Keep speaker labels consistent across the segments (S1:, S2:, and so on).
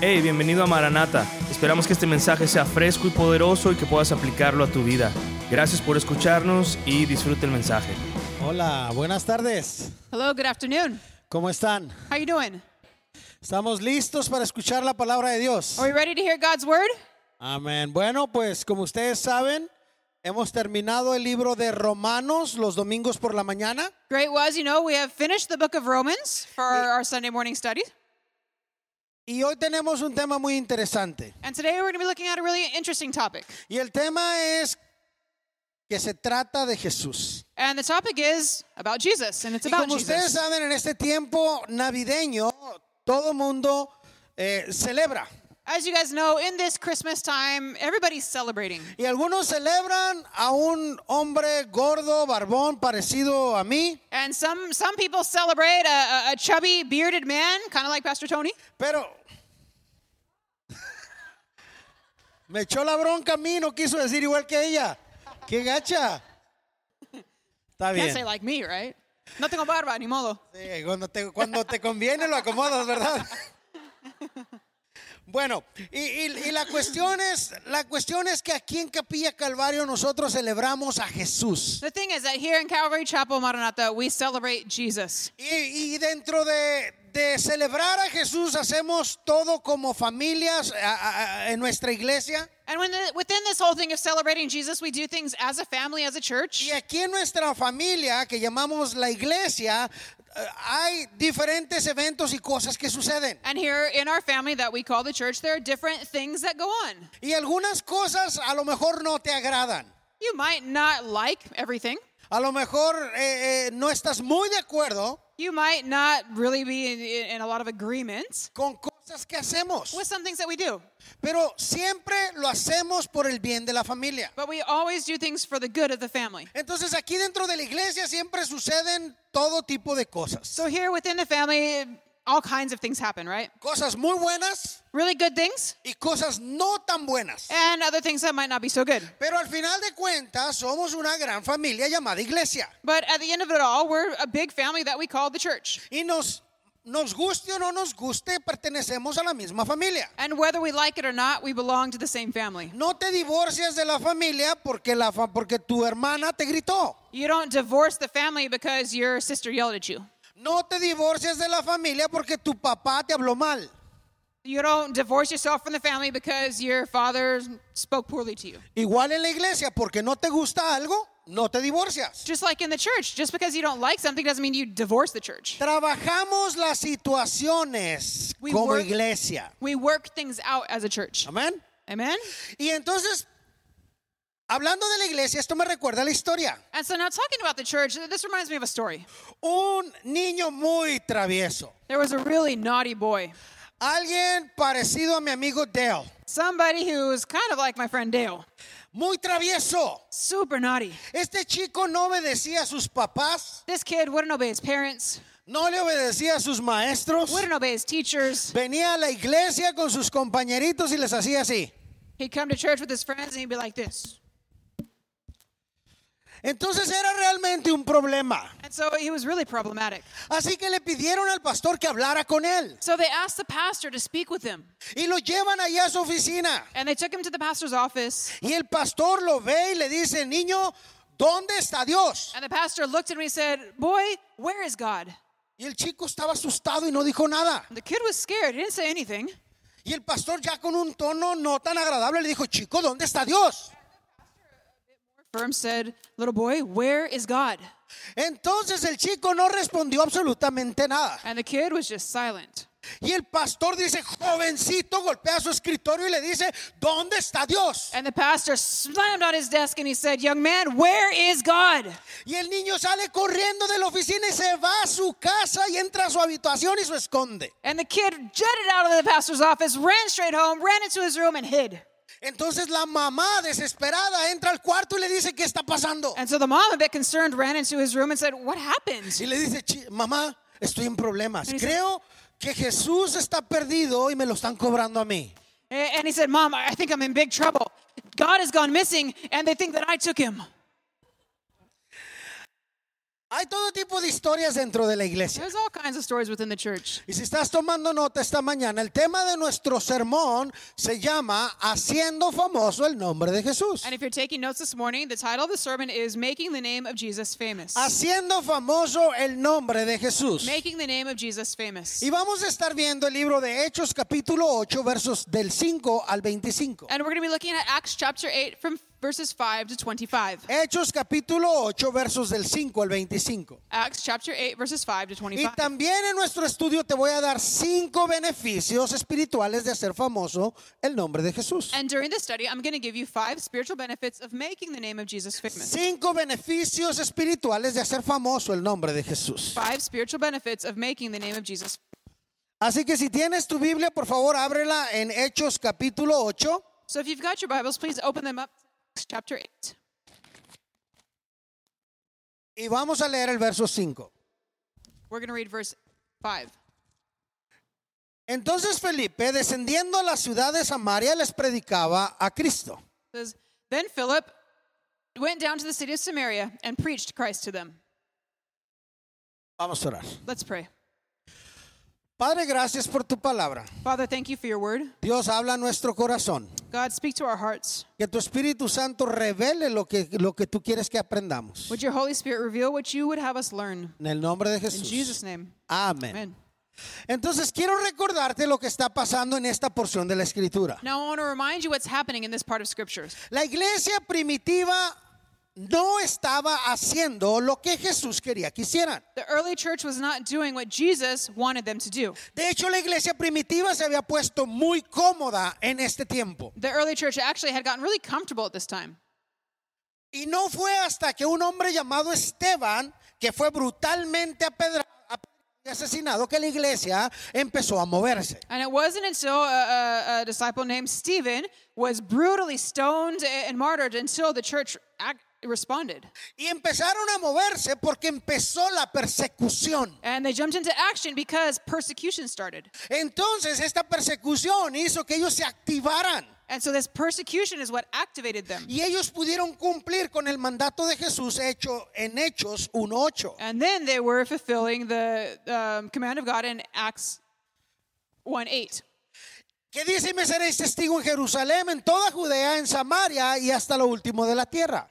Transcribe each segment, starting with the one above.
S1: Hey, bienvenido a Maranata. Esperamos que este mensaje sea fresco y poderoso y que puedas aplicarlo a tu vida. Gracias por escucharnos y disfrute el mensaje.
S2: Hola, buenas tardes.
S3: Hello, good afternoon.
S2: ¿Cómo están?
S3: How you doing?
S2: ¿Estamos listos para escuchar la palabra de Dios?
S3: Are we ready to hear God's word?
S2: Amén. Bueno, pues como ustedes saben, hemos terminado el libro de Romanos los domingos por la mañana.
S3: Great was, you know, we have finished the book of Romans for our, our Sunday morning study.
S2: Y hoy tenemos un tema muy interesante.
S3: And today we're going to be looking at a really interesting topic.
S2: Y el tema es que se trata de Jesús.
S3: And the topic is about Jesus, and it's
S2: Y
S3: about
S2: como ustedes
S3: Jesus.
S2: saben, en este tiempo navideño, todo mundo eh, celebra.
S3: As you guys know, in this Christmas time, everybody's celebrating.
S2: Y algunos celebran a un hombre gordo, barbón, parecido a mí.
S3: And some, some people celebrate a, a, a chubby, bearded man, kind of like Pastor Tony.
S2: Pero me echó la bronca a mí, no quiso decir igual que ella. ¡Qué gacha! Está
S3: Can't say
S2: bien.
S3: like me, right? No tengo barba, ni modo.
S2: Sí, cuando, te, cuando te conviene lo acomodas, ¿verdad? Bueno, y, y- y la cuestión es, la cuestión es que aquí en Capilla Calvario nosotros celebramos a Jesús.
S3: The thing is that here in Calvary Chapel, Maranatha, we celebrate Jesus.
S2: Y, y dentro de, de celebrar a Jesús hacemos todo como familias a- a- a- en nuestra iglesia.
S3: And when the, within this whole thing of celebrating Jesus, we do things as a family, as a church.
S2: Y aquí en nuestra familia, que llamamos la iglesia, eh, hay diferentes eventos y cosas que suceden.
S3: And here in our family that we call the church, there are different things that go on.
S2: Y algunas cosas a lo mejor no te agradan.
S3: You might not like everything.
S2: A lo mejor eh, eh, no estás muy de acuerdo
S3: You might not really be in, in a lot of agreement
S2: con cosas que hacemos.
S3: with some things that we do.
S2: Pero siempre lo hacemos por el bien de la familia.
S3: But we always do things for the good of the family.
S2: Entonces aquí dentro de la iglesia siempre suceden todo tipo de cosas.
S3: So here within the family, all kinds of things happen, right?
S2: Cosas muy buenas
S3: Really good things
S2: y cosas no tan buenas.
S3: and other things that might not be so good.
S2: Pero al final de cuentas somos una gran familia llamada iglesia.
S3: But at the end of it all, we're a big family that we call the church.
S2: Y nos, nos guste o no nos guste, pertenecemos a la misma familia.
S3: And whether we like it or not, we belong to the same family.
S2: No te divorcias de la familia porque, la fa- porque tu hermana te gritó.
S3: You don't divorce the family because your sister yelled at you.
S2: No te divorcias de la familia porque tu papá te habló mal.
S3: You don't divorce yourself from the family because your father spoke poorly to you.
S2: Igual en la iglesia, porque no te gusta algo, no te divorcias.
S3: Just like in the church, just because you don't like something doesn't mean you divorce the church.
S2: Trabajamos las situaciones
S3: We
S2: como
S3: work-
S2: iglesia.
S3: We work things out as a church.
S2: Amén.
S3: Amen?
S2: Y entonces, hablando de la iglesia, esto me recuerda a la historia.
S3: And so now talking about the church, this reminds me of a story.
S2: Un niño muy travieso.
S3: There was a really naughty boy.
S2: Alguien parecido a mi amigo Dale.
S3: Somebody who was kind of like my friend Dale.
S2: Muy travieso.
S3: Super naughty.
S2: Este chico no obedecía a sus papás,
S3: This kid wouldn't obey his parents,
S2: no le obedecía a sus maestros.
S3: wouldn't obey his teachers.
S2: Venía a la iglesia con sus compañeritos y les hacía así.
S3: He'd come to church with his friends and he'd be like this.
S2: Entonces era realmente un problema.
S3: And so he was really problematic.
S2: Así que le pidieron al pastor que hablara con él.
S3: So they asked the pastor to speak with him.
S2: Y lo llevan allá a su oficina.
S3: And they took him to the pastor's office.
S2: Y el pastor lo ve y le dice, niño, ¿dónde está Dios?
S3: And the pastor looked at him and he said, Boy, where is God?
S2: Y el chico estaba asustado y no dijo nada.
S3: And the kid was scared. He didn't say anything.
S2: Y el pastor ya con un tono no tan agradable le dijo, chico, ¿dónde está Dios?
S3: Firm said, Little boy, where is God?
S2: Entonces el chico no respondió absolutamente nada.
S3: And the kid was just silent.
S2: Y el pastor dice, jovencito, golpea su escritorio y le dice, ¿dónde está Dios?
S3: And the pastor slammed on his desk and he said, Young man, where is God?
S2: Y el niño sale corriendo de la oficina y se va a su casa y entra a su habitación y se esconde.
S3: And the kid jetted out of the pastor's office, ran straight home, ran into his room, and hid.
S2: Entonces la mamá desesperada entra al cuarto y le dice, ¿qué está pasando?
S3: And so the mom, a bit concerned, ran into his room and said, What happened?
S2: Y le dice, "Chi- mamá, estoy en problemas.
S3: Pero dice-
S2: Creo que Jesús está perdido y me lo están cobrando a mí.
S3: A- And he said, Mom, I I think I'm in big trouble. God has gone missing, and they think that I took him.
S2: Hay todo tipo de historias dentro de la iglesia.
S3: There's all kinds of stories within the church.
S2: Y si estás tomando nota esta mañana, el tema de nuestro sermón se llama Haciendo famoso el nombre de Jesús.
S3: And if you're taking notes this morning, the title of the sermon is Making the Name of Jesus Famous.
S2: Haciendo famoso el nombre de Jesús.
S3: Making the Name of Jesus Famous.
S2: Y vamos a estar viendo el libro de Hechos capítulo 8 versos del 5 al 25.
S3: And we're going to be looking at Acts chapter 8 from verses 5 to 25.
S2: Hechos capítulo 8 versos del 5 al 25.
S3: Acts chapter 8 verses 5 to
S2: Y
S3: 25.
S2: también en nuestro estudio te voy a dar cinco beneficios espirituales de hacer famoso el nombre de Jesús.
S3: And during this study, I'm going to give you five spiritual benefits of making the name of Jesus famous.
S2: Cinco beneficios espirituales de hacer famoso el nombre de Jesús.
S3: Five spiritual benefits of making the name of Jesus.
S2: Así que si tienes tu Biblia, por favor, ábrela en Hechos capítulo 8.
S3: So if you've got your Bibles, please open them up to Acts chapter 8.
S2: Y vamos a leer el verso 5.
S3: We're going to read verse 5.
S2: Entonces Felipe, descendiendo a la ciudad de Samaria, les predicaba a Cristo.
S3: It says, Then Philip went down to the city of Samaria and preached Christ to them.
S2: Vamos a orar.
S3: Let's pray.
S2: Padre, gracias por tu palabra.
S3: Father, thank you for your word.
S2: Dios habla a nuestro corazón.
S3: God, speak to our hearts.
S2: Que tu Espíritu Santo revele lo que, lo que tú quieres que aprendamos.
S3: Would your Holy Spirit reveal what you would have us learn?
S2: En el nombre de
S3: In
S2: Jesús.
S3: Jesus' name.
S2: Amén.
S3: Amen.
S2: Entonces quiero recordarte lo que está pasando en esta porción de la escritura.
S3: Now I want to remind you what's happening in this part of scriptures.
S2: La iglesia primitiva no estaba haciendo lo que Jesús quería que hicieran.
S3: The early church was not doing what Jesus wanted them to do.
S2: De hecho, la iglesia primitiva se había puesto muy cómoda en este tiempo.
S3: The early church actually had gotten really comfortable at this time.
S2: Y no fue hasta que un hombre llamado Esteban, que fue brutalmente apedra- apedreado y asesinado, que la iglesia empezó a moverse.
S3: And it wasn't until a, a, a disciple named Stephen was brutally stoned and martyred until the church act, responded.
S2: Y empezaron a moverse porque empezó la persecución.
S3: And they jumped into action because persecution started.
S2: Entonces, esta persecución hizo que ellos se activaran.
S3: And so this persecution is what activated them.
S2: Y ellos pudieron cumplir con el mandato de Jesús hecho en Hechos 1.8.
S3: And then they were fulfilling the um, command of God in Acts 1 8.
S2: Que dice, y me seréis testigo en Jerusalén, en toda Judea, en Samaria y hasta lo último de la tierra.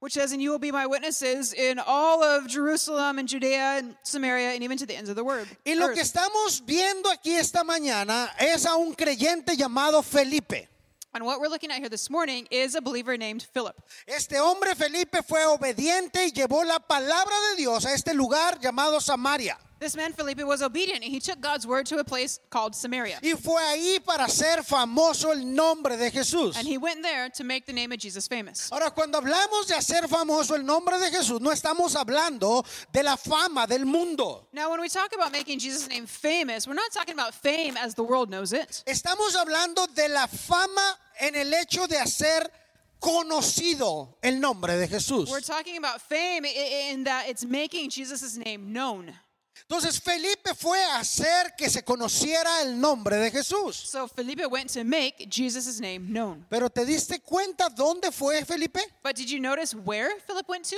S3: which says, And you will be my witnesses in all of Jerusalem and Judea and Samaria and even to the ends of the word.
S2: Y lo
S3: earth."
S2: que estamos viendo aquí esta mañana es a un creyente llamado Felipe.
S3: And what we're looking at here this morning is a believer named Philip.
S2: Este hombre Felipe fue obediente y llevó la palabra de Dios a este lugar llamado Samaria.
S3: This man, Philip, was obedient and he took God's word to a place called Samaria.
S2: Y fue ahí para hacer famoso el nombre de Jesús.
S3: And he went there to make the name of Jesus famous.
S2: Ahora, cuando hablamos de hacer famoso el nombre de Jesús, no estamos hablando de la fama del mundo.
S3: Now, when we talk about making Jesus' name famous, we're not talking about fame as the world knows it.
S2: Estamos hablando de la fama en el hecho de hacer conocido el nombre de Jesús.
S3: We're talking about fame i- i- in that it's making Jesus' name known.
S2: Entonces Felipe fue a hacer que se conociera el nombre de Jesús.
S3: So Felipe went to make Jesus' name known.
S2: Pero ¿te diste cuenta dónde fue Felipe?
S3: But did you notice where Philip went to?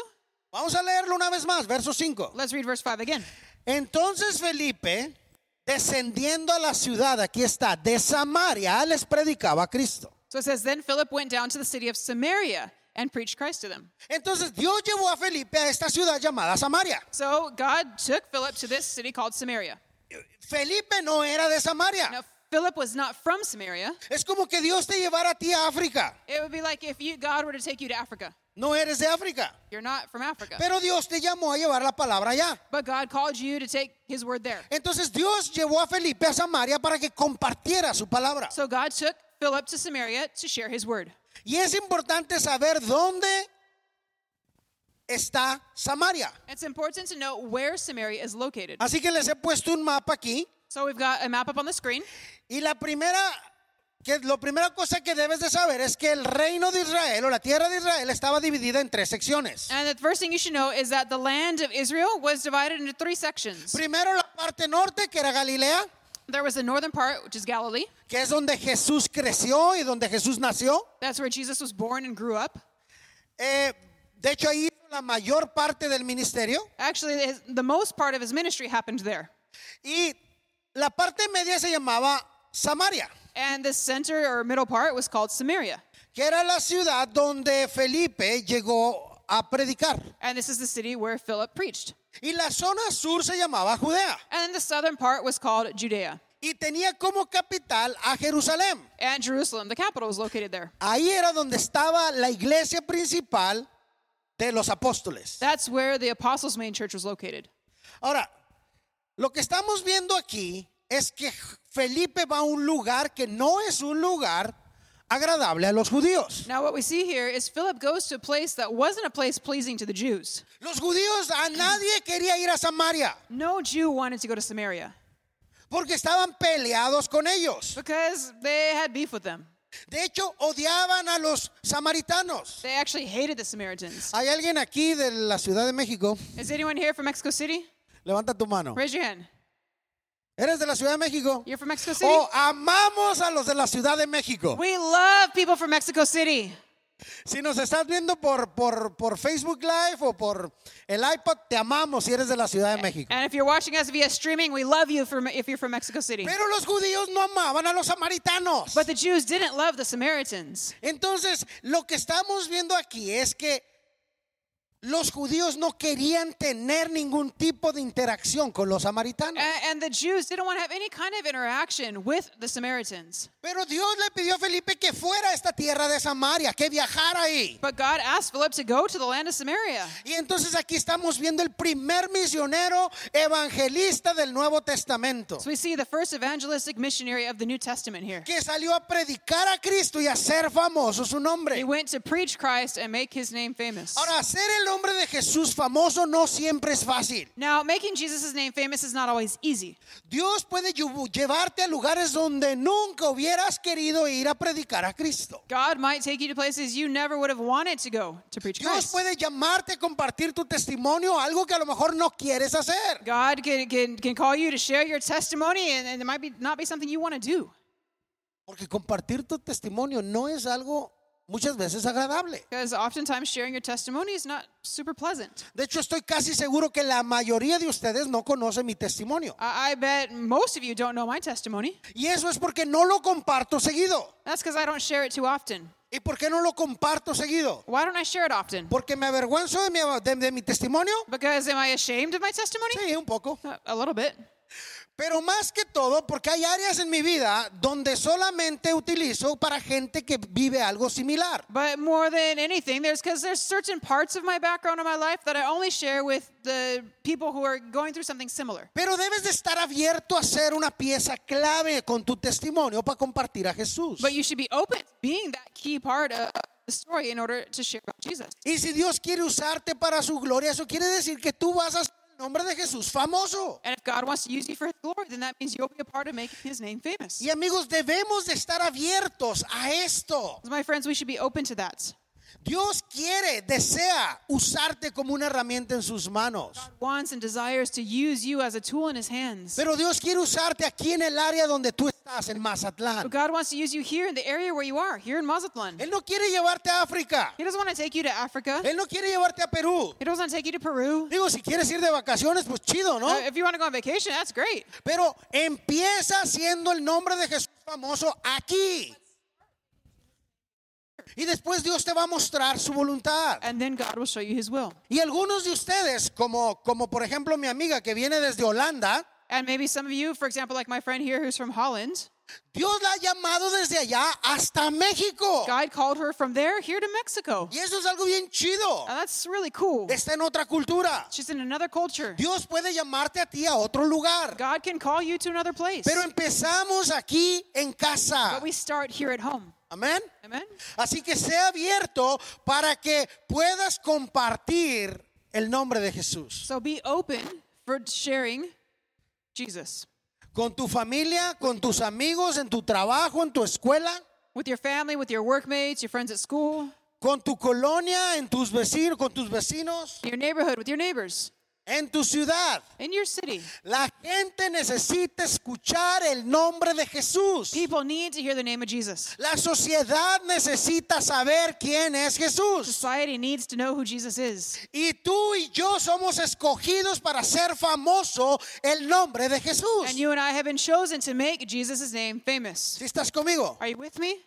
S2: Vamos a leerlo una vez más, verso 5.
S3: Let's read verse 5 again.
S2: Entonces Felipe, descendiendo a la ciudad, aquí está, de Samaria, les predicaba a Cristo.
S3: So it says, Then Philip went down to the city of Samaria and preached Christ to them.
S2: Entonces Dios llevó a Felipe a esta ciudad llamada Samaria.
S3: So God took Philip to this city called Samaria.
S2: Felipe no era de Samaria.
S3: Now, Philip was not from Samaria.
S2: Es como que Dios te llevara a ti a África.
S3: It would be like if you, God were to take you to Africa.
S2: No eres de África.
S3: You're not from Africa.
S2: Pero Dios te llamó a llevar la palabra allá.
S3: But God called you to take his word there.
S2: Entonces Dios llevó a Felipe a Samaria para que compartiera su palabra.
S3: So God took Philip to Samaria to share his word.
S2: Y es importante saber dónde está Samaria.
S3: It's important to note where Samaria is located.
S2: Así que les he puesto un mapa aquí.
S3: So we've got a map up on the screen.
S2: Y la primera, que la primera cosa que debes de saber es que el reino de Israel o la tierra de Israel estaba dividida en tres secciones.
S3: And the first thing you should know is that the land of Israel was divided into three sections.
S2: Primero la parte norte, que era Galilea,
S3: There was the northern part, which is Galilee.
S2: que es donde Jesús creció y donde Jesús nació.
S3: That's where Jesus was born and grew up.
S2: Eh, De hecho, ahí hizo la mayor parte del ministerio.
S3: Actually, his, the most part of his ministry happened there.
S2: Y la parte media se llamaba Samaria,
S3: And the center or middle part was called Samaria.
S2: que era la ciudad donde Felipe llegó a predicar.
S3: And this is the city where Philip preached.
S2: Y la zona sur se llamaba Judea.
S3: And then the southern part was called Judea.
S2: Y tenía como capital a Jerusalén.
S3: And Jerusalem, the capital, was located there.
S2: Ahí era donde estaba la iglesia principal de los apóstoles.
S3: That's where the apostles' main church was located.
S2: Ahora, lo que estamos viendo aquí es que Felipe va a un lugar que no es un lugar agradable a los judíos.
S3: Now, what we see here is Philip goes to a place that wasn't a place pleasing to the Jews.
S2: Los judíos a nadie quería ir a Samaria
S3: No Jew wanted to go to Samaria
S2: porque estaban peleados con ellos.
S3: because they had beef with them.
S2: De hecho, odiaban a los samaritanos.
S3: They actually hated the Samaritans.
S2: ¿Hay alguien aquí de la Ciudad de México?
S3: Is anyone here from Mexico City?
S2: Levanta tu mano.
S3: Raise your hand.
S2: ¿Eres de la Ciudad de México?
S3: You're from Mexico City?
S2: Oh, amamos a los de la Ciudad de México.
S3: We love people from Mexico City.
S2: Si nos estás viendo por, por, por Facebook Live o por el iPod, te amamos si eres de la Ciudad de México.
S3: And if you're watching us via streaming, we love you from, if you're from Mexico City.
S2: Pero los judíos no amaban a los samaritanos.
S3: But the Jews didn't love the Samaritans.
S2: Entonces, lo que estamos viendo aquí es que los judíos no querían tener ningún tipo de interacción con los
S3: A-
S2: samaritanos.
S3: And the Jews didn't want to have any kind of interaction with the Samaritans.
S2: Pero Dios le pidió a Felipe que fuera a esta tierra de Samaria, que viajara ahí.
S3: But God asked Philip to go to the land of Samaria.
S2: Y entonces aquí estamos viendo el primer misionero evangelista del Nuevo Testamento.
S3: So we see the first evangelistic missionary of the New Testament here.
S2: que salió a predicar a Cristo y a ser famoso su nombre.
S3: He went to preach Christ and make his name famous.
S2: Ahora, hacer el nombre de Jesús famoso no siempre es fácil.
S3: Now, making Jesus' name famous is not always easy.
S2: Dios puede llu- llevarte a lugares donde nunca hubieras querido ir a predicar a Cristo.
S3: God might take you to places you never would have wanted to go to preach
S2: Dios
S3: Christ.
S2: puede llamarte a compartir tu testimonio, algo que a lo mejor no quieres hacer.
S3: God can, can, can call you to share your testimony, and, and it might be, not be something you want to do.
S2: Porque compartir tu testimonio no es algo muchas veces agradable.
S3: Because oftentimes sharing your testimony is not super pleasant.
S2: De hecho, estoy casi seguro que la mayoría de ustedes no conoce mi testimonio.
S3: I, I bet most of you don't know my testimony.
S2: Y eso es porque no lo comparto seguido.
S3: That's because I don't share it too often.
S2: ¿Y por qué no lo comparto seguido?
S3: Why don't I share it often?
S2: Porque me avergüenzo de mi, de- de mi testimonio.
S3: Because am I ashamed of my testimony?
S2: Sí, un poco.
S3: A- A little bit.
S2: Pero más que todo, porque hay áreas en mi vida donde solamente utilizo para gente que vive algo similar.
S3: But more than anything, there's because there's certain parts of my background in my life that I only share with the people who are going through something similar.
S2: Pero debes de estar abierto a ser una pieza clave con tu testimonio para compartir a Jesús.
S3: But you should be open to being that key part of the story in order to share about Jesus.
S2: Y si Dios quiere usarte para su gloria, eso quiere decir que tú vas a hacer el nombre de Jesús famoso.
S3: And if God wants to use you for his glory, then that means you'll be a part of making his name famous.
S2: Y amigos, debemos de estar abiertos a esto.
S3: So my friends, we should be open to that.
S2: Dios quiere, desea usarte como una herramienta en sus manos.
S3: Wants and desires to use you as a tool in his hands.
S2: Pero Dios quiere usarte aquí en el área donde tú estás, en Mazatlán.
S3: But God wants to use you here in the area where you are, here in Mazatlan.
S2: Él no quiere llevarte a África.
S3: He doesn't want to take you to Africa.
S2: Él no quiere llevarte a Perú.
S3: He doesn't want to take you to Peru.
S2: Digo, si quieres ir de vacaciones, pues chido, ¿no?
S3: Uh, if you want to go on vacation, that's great.
S2: Pero empieza haciendo el nombre de Jesús famoso aquí. Y después Dios te va a mostrar su voluntad.
S3: And then God will show you his will.
S2: Y algunos de ustedes, como, como por ejemplo mi amiga que viene desde Holanda,
S3: And maybe some of you, for example, like my friend here who's from Holland,
S2: Dios la ha llamado desde allá hasta México.
S3: God called her from there here to Mexico.
S2: Y eso es algo bien chido.
S3: And that's really cool.
S2: Está en otra cultura.
S3: She's in another culture.
S2: Dios puede llamarte a ti a otro lugar.
S3: God can call you to another place.
S2: Pero empezamos aquí en casa.
S3: But we start here at home.
S2: Amén.
S3: Amen.
S2: Así que sea abierto para que puedas compartir el nombre de Jesús
S3: So be open for sharing Jesus
S2: con tu familia, con tus amigos, en tu trabajo, en tu escuela,
S3: with your family, with your workmates, your friends at school,
S2: con tu colonia, en tus vecinos, con tus vecinos.
S3: your neighborhood, with your neighbors.
S2: en tu ciudad.
S3: in your city.
S2: La gente necesita escuchar el nombre de Jesús.
S3: People need to hear the name of Jesus.
S2: La sociedad necesita saber quién es Jesús.
S3: Society needs to know who Jesus is.
S2: Y tú y yo somos escogidos para hacer famoso el nombre de Jesús.
S3: And you and I have been chosen to make Jesus' name famous.
S2: Si estás conmigo.
S3: Are you with me?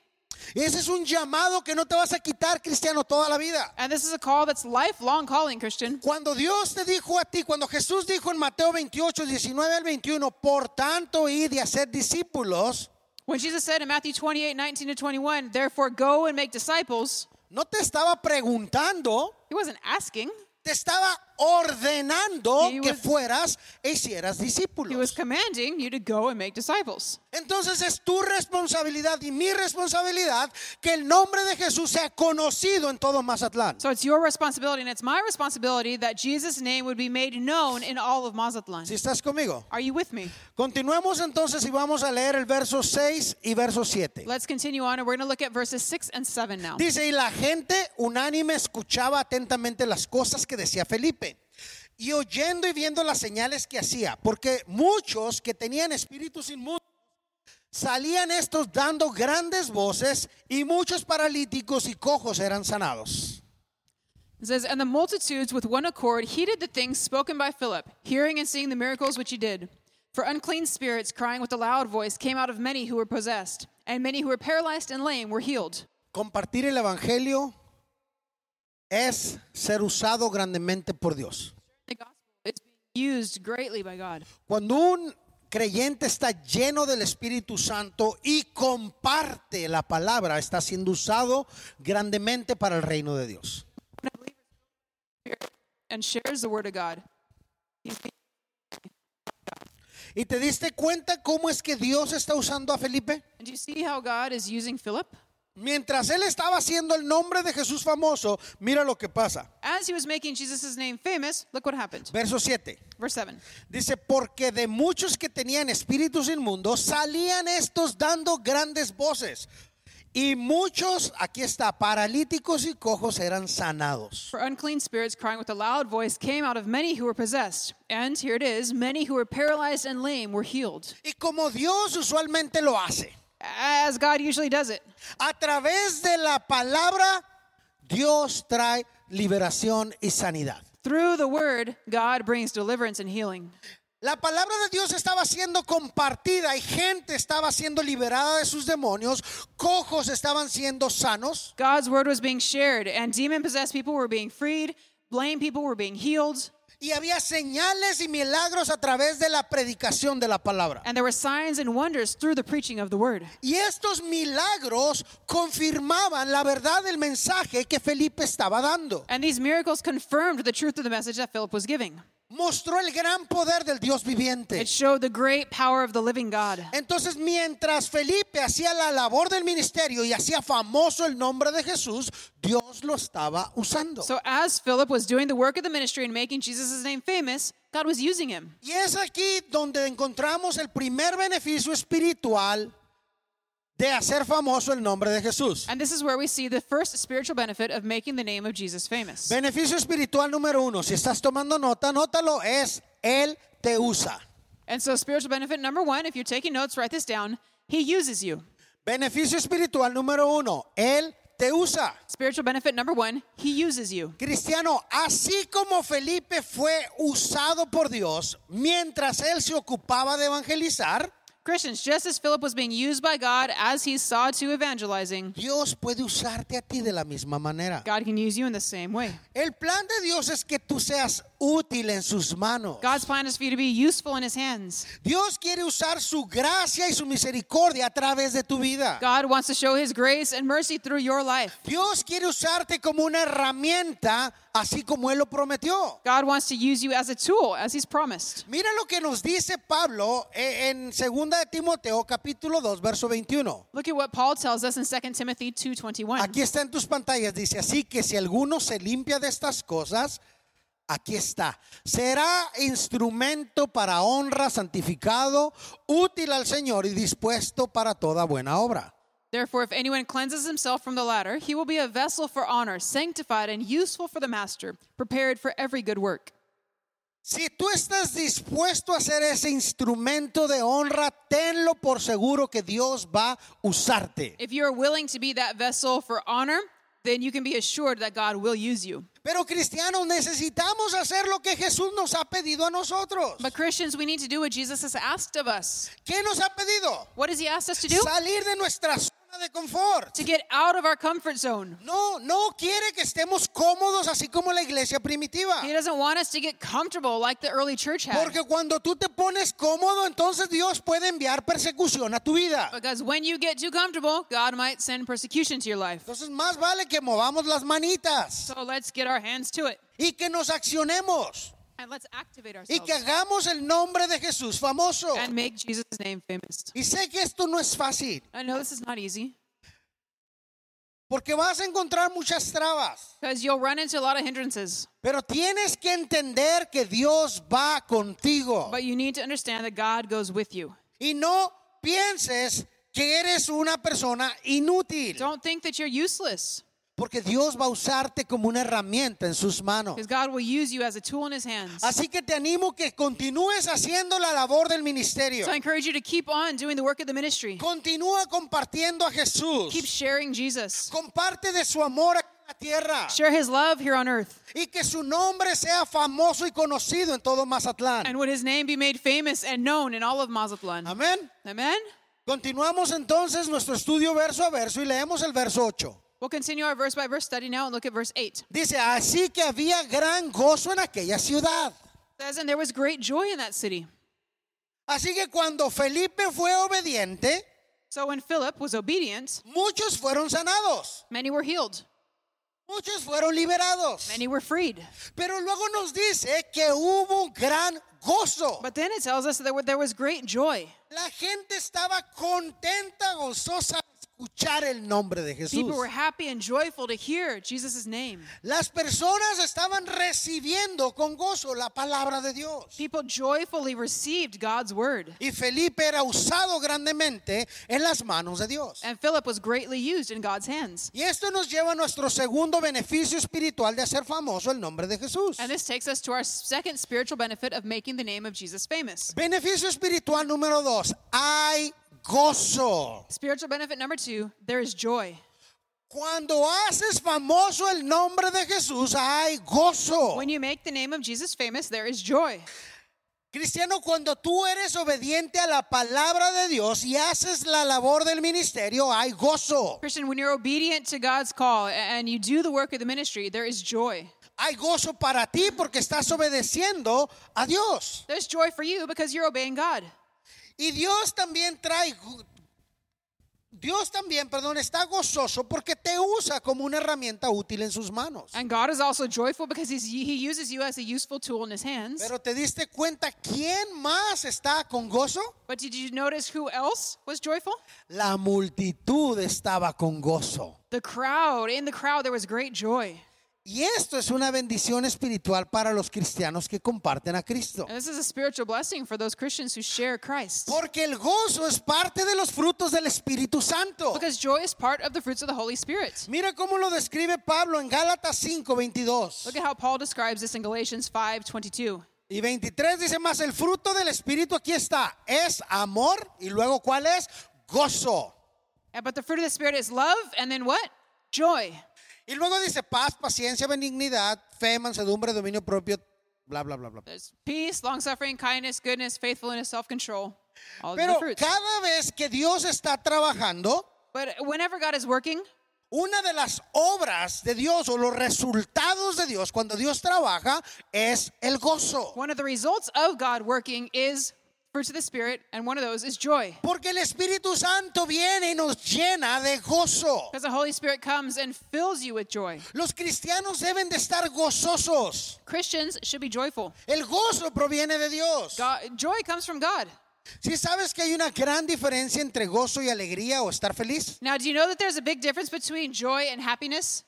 S2: Y ese es un llamado que no te vas a quitar, cristiano, toda la vida.
S3: And this is a call that's lifelong calling, Christian.
S2: Cuando Dios te dijo a ti, cuando Jesús dijo en Mateo 28, 19 al 21, por tanto, id y hacer discípulos,
S3: When Jesus said in Matthew 28, 19 to 21, therefore go and make disciples,
S2: no te estaba preguntando,
S3: he wasn't asking.
S2: te estaba ordenando
S3: He
S2: que
S3: was-
S2: fueras e hicieras
S3: He was
S2: discípulos.
S3: commanding you to go and make disciples.
S2: Entonces es tu responsabilidad y mi responsabilidad que el nombre de Jesús sea conocido en todo Mazatlán.
S3: So it's your responsibility and it's my responsibility that Jesus' name would be made known in all of
S2: Si
S3: Mazatlan.
S2: estás conmigo.
S3: Are you with me?
S2: Continuemos entonces y vamos a leer el verso 6 y verso 7.
S3: Let's continue on, and we're going to look at verses 6 and 7 now.
S2: Dice, y la gente unánime escuchaba atentamente las cosas que decía Felipe. Y oyendo y viendo las señales que hacía, porque muchos que tenían espíritus inmundos salían estos dando grandes voces y muchos paralíticos y cojos eran sanados.
S3: It says, And the multitudes with one accord heeded the things spoken by Philip, hearing and seeing the miracles which he did. For unclean spirits, crying with a loud voice, came out of many who were possessed, and many who were paralyzed and lame were healed.
S2: Compartir el evangelio es ser usado grandemente por Dios.
S3: The gospel is being used greatly by God.
S2: Cuando un creyente está lleno del Espíritu Santo y comparte la palabra, está siendo usado grandemente para el reino de Dios.
S3: And shares the word of God. He's being-
S2: ¿Y te diste cuenta cómo es que Dios está usando a Felipe?
S3: And do you see how God is using Philip?
S2: Mientras él estaba haciendo el nombre de Jesús famoso, mira lo que pasa.
S3: As he was making Jesus' name famous, look what happened.
S2: Verso 7.
S3: Verse 7.
S2: Dice, porque de muchos que tenían espíritus inmundos salían estos dando grandes voces. Y muchos, aquí está, paralíticos y cojos eran sanados.
S3: For unclean spirits crying with a loud voice came out of many who were possessed. And here it is many who were paralyzed and lame were healed.
S2: Y como Dios usualmente lo hace,
S3: As God usually does it.
S2: a través de la palabra, Dios trae liberación y sanidad.
S3: Through the word, God brings deliverance and healing.
S2: La palabra de Dios estaba siendo compartida y gente estaba siendo liberada de sus demonios, cojos estaban siendo sanos,
S3: God's word was being shared, and demon possessed people were being freed, lame people were being healed,
S2: y había señales y milagros a través de la predicación de la palabra.
S3: and there were signs and wonders through the preaching of the word.
S2: Y estos milagros confirmaban la verdad del mensaje que Felipe estaba dando.
S3: And these miracles confirmed the truth of the message that Philip was giving.
S2: Mostró el gran poder del Dios viviente.
S3: It showed the great power of the living God.
S2: Entonces, mientras Felipe hacía la labor del ministerio y hacía famoso el nombre de Jesús, Dios lo estaba usando.
S3: So, as Philip was doing the work of the ministry and making Jesus' name famous, God was using him.
S2: y es aquí donde encontramos el primer beneficio espiritual de hacer famoso el nombre de Jesús.
S3: And this is where we see the first spiritual benefit of making the name of Jesus famous.
S2: Beneficio espiritual número uno, si estás tomando nota, nótalo, es Él te usa.
S3: And so, spiritual benefit number one, if you're taking notes, write this down. He uses you.
S2: Beneficio espiritual número uno, Él te usa.
S3: Spiritual benefit number one, he uses you.
S2: Cristiano, así como Felipe fue usado por Dios mientras él se ocupaba de evangelizar,
S3: Christians, just as Philip was being used by God as he saw to evangelizing,
S2: Dios puede usarte a ti de la misma manera.
S3: God can use you in the same way.
S2: El plan de Dios es que tú seas útil en sus manos.
S3: God's plan is for you to be useful in his hands.
S2: Dios quiere usar su gracia y su misericordia a través de tu vida.
S3: God wants to show his grace and mercy through your life.
S2: Dios quiere usarte como una herramienta, así como Él lo prometió.
S3: God wants to use you as a tool, as he's promised.
S2: Mira lo que nos dice Pablo eh, en 2 de Timoteo capítulo 2 verso 21.
S3: Look at what Paul tells us in 2 Timothy 2:21.
S2: Aquí está en tus pantallas, dice, así que si alguno se limpia de estas cosas, aquí está. Será instrumento para honra, santificado, útil al Señor y dispuesto para toda buena obra.
S3: Therefore, if anyone cleanses himself from the latter, he will be a vessel for honor, sanctified and useful for the master, prepared for every good work.
S2: Si tú estás dispuesto a ser ese instrumento de honra, tenlo por seguro que Dios va a usarte.
S3: If you are willing to be that vessel for honor, then you can be assured that God will use you.
S2: Pero cristianos, necesitamos hacer lo que Jesús nos ha pedido a nosotros.
S3: But Christians, we need to do what Jesus has asked of us.
S2: ¿Qué nos ha pedido?
S3: What has He asked us to do?
S2: Salir de nuestra zona de confort.
S3: To get out of our comfort zone.
S2: No, no quiere que estemos cómodos así como la iglesia primitiva.
S3: He doesn't want us to get comfortable like the early church had.
S2: Porque cuando tú te pones cómodo, entonces Dios puede enviar persecución a tu vida.
S3: Because when you get too comfortable, God might send persecution to your life.
S2: Entonces más vale que movamos las manitas
S3: So let's get our hands to it
S2: y que nos accionemos
S3: and let's activate
S2: y que
S3: ourselves
S2: hagamos el nombre de Jesús famoso.
S3: and make Jesus' name famous.
S2: Y sé que esto no es fácil,
S3: I know this is not easy
S2: porque vas a encontrar muchas trabas.
S3: because you'll run into a lot of hindrances,
S2: Pero tienes que entender que Dios va contigo.
S3: but you need to understand that God goes with you.
S2: Y no pienses que eres una persona inútil.
S3: Don't think that you're useless
S2: Porque Dios va a usarte como una herramienta en sus manos.
S3: because God will use you as a tool in his hands.
S2: Así que te animo que continúes haciendo la labor del ministerio.
S3: So I encourage you to keep on doing the work of the ministry.
S2: Continúa compartiendo a
S3: Keep
S2: Jesús.
S3: sharing Jesus.
S2: Comparte de su amor a la tierra.
S3: Share his love here on earth.
S2: Y que su nombre sea famoso y conocido en todo Mazatlán.
S3: And would his name be made famous and known in all of Mazatlan.
S2: Amén.
S3: Amen.
S2: Continuamos entonces nuestro estudio verso a verso y leemos el verso 8.
S3: We'll continue our verse by verse study now and look at verse 8.
S2: Dice, así que había gran gozo en aquella ciudad.
S3: It says, And there was great joy in that city.
S2: Así que cuando Felipe fue obediente,
S3: So when Philip was obedient,
S2: muchos fueron sanados,
S3: many were healed,
S2: muchos fueron liberados.
S3: many were freed.
S2: Pero luego nos dice que hubo un gran gozo.
S3: But then it tells us that there wa- there was great joy.
S2: La gente estaba contenta, gozosa de escuchar el nombre de Jesús.
S3: People were happy and joyful to hear Jesus' name.
S2: Las personas estaban recibiendo con gozo la palabra de Dios.
S3: People joyfully received God's word.
S2: Y Felipe era usado grandemente en las manos de Dios.
S3: And Philip was greatly used in God's hands.
S2: Y esto nos lleva a nuestro segundo beneficio espiritual de hacer famoso el nombre de Jesús.
S3: And this takes us to our second spiritual benefit of making the name of Jesus famous.
S2: Beneficio espiritual número dos, hay gozo.
S3: Spiritual benefit number two there is joy.
S2: Cuando haces famoso el nombre de Jesús, hay gozo.
S3: When you make the name of Jesus famous, there is joy.
S2: Cristiano, cuando tú eres obediente a la palabra de Dios y haces la labor del ministerio, hay gozo.
S3: Christian, when you're obedient to God's call and you do the work of the ministry, there is joy.
S2: Hay gozo para ti porque estás obedeciendo a Dios.
S3: There's joy for you because you're obeying God.
S2: Y Dios también trae gu- Dios también, perdón, está gozoso porque te usa como una herramienta útil en sus manos.
S3: And God is also joyful because he's, He uses you as a useful tool in His hands.
S2: Pero te diste cuenta quién más está con gozo?
S3: But did you notice who else was joyful?
S2: La multitud estaba con gozo.
S3: The crowd. In the crowd, there was great joy.
S2: Y esto es una bendición espiritual para los cristianos que comparten a Cristo.
S3: And this is a spiritual blessing for those Christians who share Christ.
S2: Porque el gozo es parte de los frutos del Espíritu Santo.
S3: Because joy is part of the fruits of the Holy Spirit.
S2: Mira cómo lo describe Pablo en Gálatas 5, 22
S3: Look at how Paul describes this in Galatians 5 22.
S2: y 23. Dice más, el fruto del Espíritu aquí está. Es amor y luego cuál es? Gozo.
S3: And, but the fruit of the Spirit is love, and then what? Joy.
S2: Y luego dice paz, paciencia, benignidad, fe, mansedumbre, dominio propio, bla, bla, bla, bla.
S3: There's peace, long suffering, kindness, goodness, faithfulness, self control. All of the
S2: Pero
S3: fruits.
S2: cada vez que Dios está trabajando,
S3: But whenever God is working,
S2: una de las obras de Dios o los resultados de Dios cuando Dios trabaja es el gozo.
S3: one of the results of God working is fruits of the Spirit, and one of those is joy.
S2: Porque el Espíritu Santo viene y nos llena de gozo.
S3: Because the Holy Spirit comes and fills you with joy.
S2: Los cristianos deben de estar gozosos.
S3: Christians should be joyful.
S2: El gozo proviene de Dios.
S3: God, joy comes from God.
S2: Si sabes que hay una gran diferencia entre gozo y alegría o estar feliz,
S3: Now, do you know that there's a big difference between joy and happiness?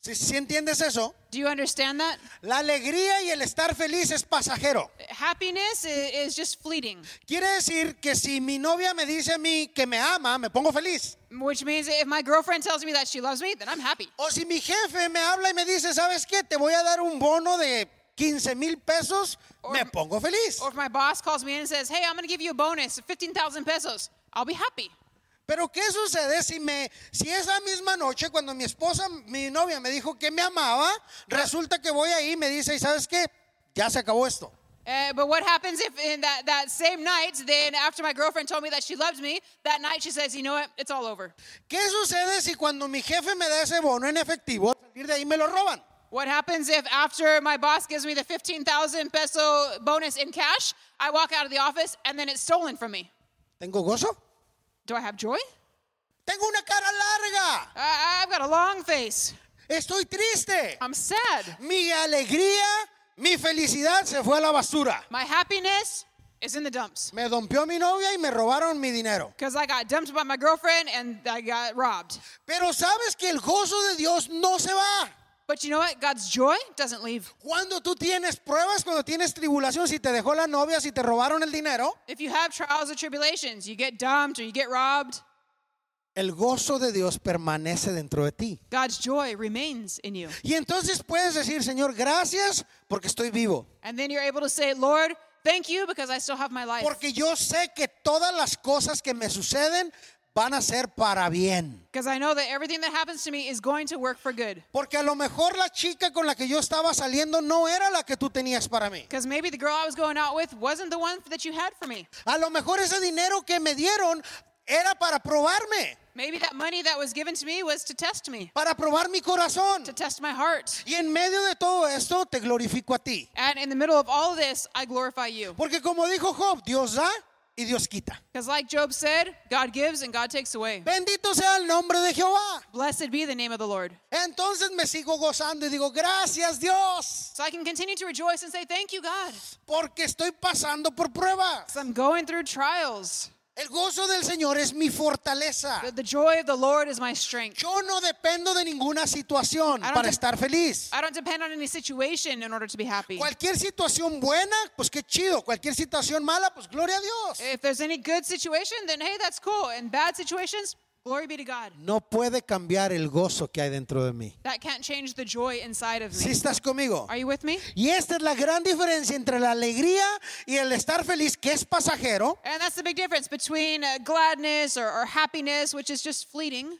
S2: si, si entiendes eso,
S3: Do you understand that?
S2: la alegría y el estar feliz es pasajero.
S3: Happiness i- is, just fleeting,
S2: Quiere decir que si mi novia me dice a mí que me ama, me pongo feliz.
S3: which means if my girlfriend tells me that she loves me, then I'm happy.
S2: O si mi jefe me habla y me dice, ¿sabes qué? Te voy a dar un bono de 15 mil pesos,
S3: Or-
S2: me pongo feliz.
S3: Or if my boss calls me in and says, hey, I'm going to give you a bonus of 15,000 pesos, I'll be happy.
S2: Pero ¿qué sucede si me si esa misma noche cuando mi esposa, mi novia me dijo que me amaba, resulta que voy ahí y me dice, "¿Y sabes qué? Ya se acabó esto."
S3: Uh, but what happens if in that, that same night, then after my girlfriend told me that she loved me, that night she says, you know what, it's all over.
S2: ¿Qué sucede si cuando mi jefe me da ese bono en efectivo, al salir de ahí me lo roban?
S3: What happens if after my boss gives me the 15,000 peso bonus in cash, I walk out of the office and then it's stolen from me?
S2: ¿Tengo gozo?
S3: Do I have joy?
S2: Tengo una cara larga.
S3: I, I've got a long face.
S2: Estoy triste.
S3: I'm sad.
S2: Mi alegría, mi felicidad se fue a la basura.
S3: My happiness is in the dumps
S2: Me dompeó mi novia y me robaron mi dinero.
S3: because I got dumped by my girlfriend and I got robbed.
S2: Pero sabes que el gozo de Dios no se va.
S3: But you know what? God's joy doesn't leave.
S2: Cuando tú tienes pruebas, cuando tienes tribulación, si te dejó la novia, si te robaron el dinero,
S3: If you have trials or tribulations, you get dumped or you get robbed,
S2: el gozo de Dios permanece dentro de ti.
S3: God's joy remains in you.
S2: Y entonces puedes decir, Señor, gracias porque estoy vivo.
S3: And then you're able to say, Lord, thank you because I still have my life.
S2: Porque yo sé que todas las cosas que me suceden van a ser para bien.
S3: Because I know that everything that happens to me is going to work for good.
S2: Porque a lo mejor la chica con la que yo estaba saliendo no era la que tú tenías para mí.
S3: Because maybe the girl I was going out with wasn't the one that you had for me.
S2: A lo mejor ese dinero que me dieron era para probarme,
S3: Maybe that money that was given to me was to test me,
S2: para probar mi corazón.
S3: to test my heart.
S2: Y en medio de todo esto te glorifico a ti.
S3: And in the middle of all this, I glorify you.
S2: Porque como dijo Job, Dios da y Dios quita.
S3: Because, like Job said, God gives and God takes away.
S2: Bendito sea el nombre de Jehová.
S3: Blessed be the name of the Lord.
S2: Entonces me sigo gozando y digo, gracias Dios,
S3: So I can continue to rejoice and say, Thank you, God.
S2: porque estoy pasando por pruebas.
S3: Because I'm going through trials.
S2: El gozo del Señor es mi fortaleza.
S3: The, the joy of the Lord is my strength.
S2: Yo no dependo de ninguna situación
S3: I don't
S2: para
S3: de-
S2: estar feliz.
S3: I don't depend on any situation in order to be happy.
S2: Cualquier situación buena, pues qué chido. Cualquier situación mala, pues gloria a Dios.
S3: If there's any good situation, then hey, that's cool. And bad situations, glory be to God.
S2: No puede cambiar el gozo que hay dentro de mí.
S3: That can't change the joy inside of
S2: Si
S3: me.
S2: estás conmigo.
S3: Are you with me?
S2: Y esta es la gran diferencia entre la alegría y el estar feliz, que es pasajero,
S3: And that's the big difference between uh, gladness or, or happiness, which is just fleeting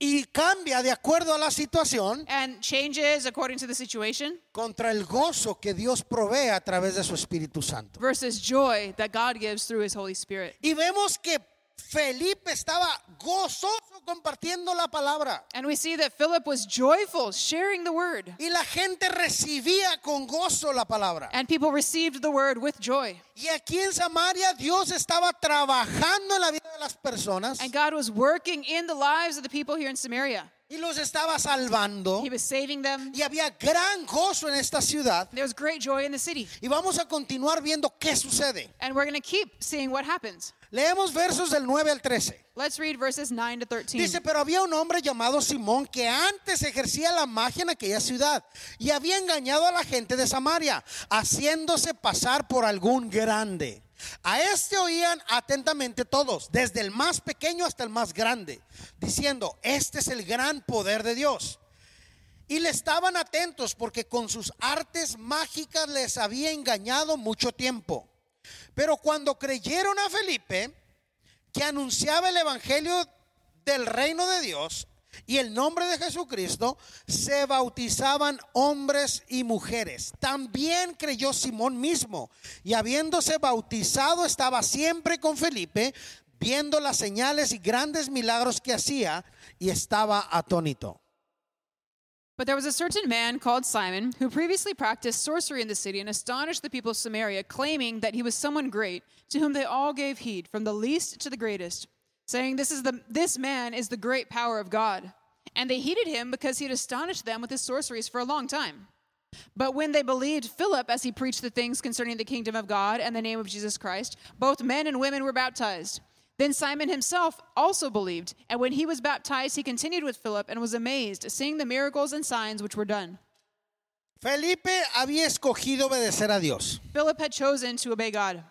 S2: y cambia de acuerdo a la situación
S3: and changes according to the situation,
S2: contra el gozo que Dios provee a través de su Espíritu Santo.
S3: versus joy that God gives through His Holy Spirit.
S2: Y vemos que Felipe estaba gozoso compartiendo la palabra.
S3: And we see that Philip was joyful sharing the word,
S2: Y la gente recibía con gozo la palabra.
S3: and people received the word with joy.
S2: Y aquí en Samaria Dios estaba trabajando en la vida de las personas
S3: And God was working in the lives of the people here in Samaria.
S2: y los estaba salvando.
S3: He was saving them.
S2: Y había gran gozo en esta ciudad.
S3: There was great joy in the city.
S2: Y vamos a continuar viendo qué sucede.
S3: And we're going to keep seeing what happens.
S2: Leemos versos del 9 al 13.
S3: Let's read verses 9 to 13.
S2: Dice, pero había un hombre llamado Simón que antes ejercía la magia en aquella ciudad y había engañado a la gente de Samaria, haciéndose pasar por algún grande. A este oían atentamente todos, desde el más pequeño hasta el más grande, diciendo, este es el gran poder de Dios. Y le estaban atentos porque con sus artes mágicas les había engañado mucho tiempo. Pero cuando creyeron a Felipe, que anunciaba el Evangelio del reino de Dios y el nombre de Jesucristo, se bautizaban hombres y mujeres. También creyó Simón mismo y habiéndose bautizado estaba siempre con Felipe, viendo las señales y grandes milagros que hacía y estaba atónito.
S3: But there was a certain man called Simon who previously practiced sorcery in the city and astonished the people of Samaria, claiming that he was someone great, to whom they all gave heed, from the least to the greatest, saying, This, is the, this man is the great power of God. And they heeded him because he had astonished them with his sorceries for a long time. But when they believed Philip as he preached the things concerning the kingdom of God and the name of Jesus Christ, both men and women were baptized. Then Simon himself also believed, and when he was baptized, he continued with Philip and was amazed, seeing the miracles and signs which were done.
S2: Felipe había escogido obedecer a Dios.
S3: Philip had chosen to obey God.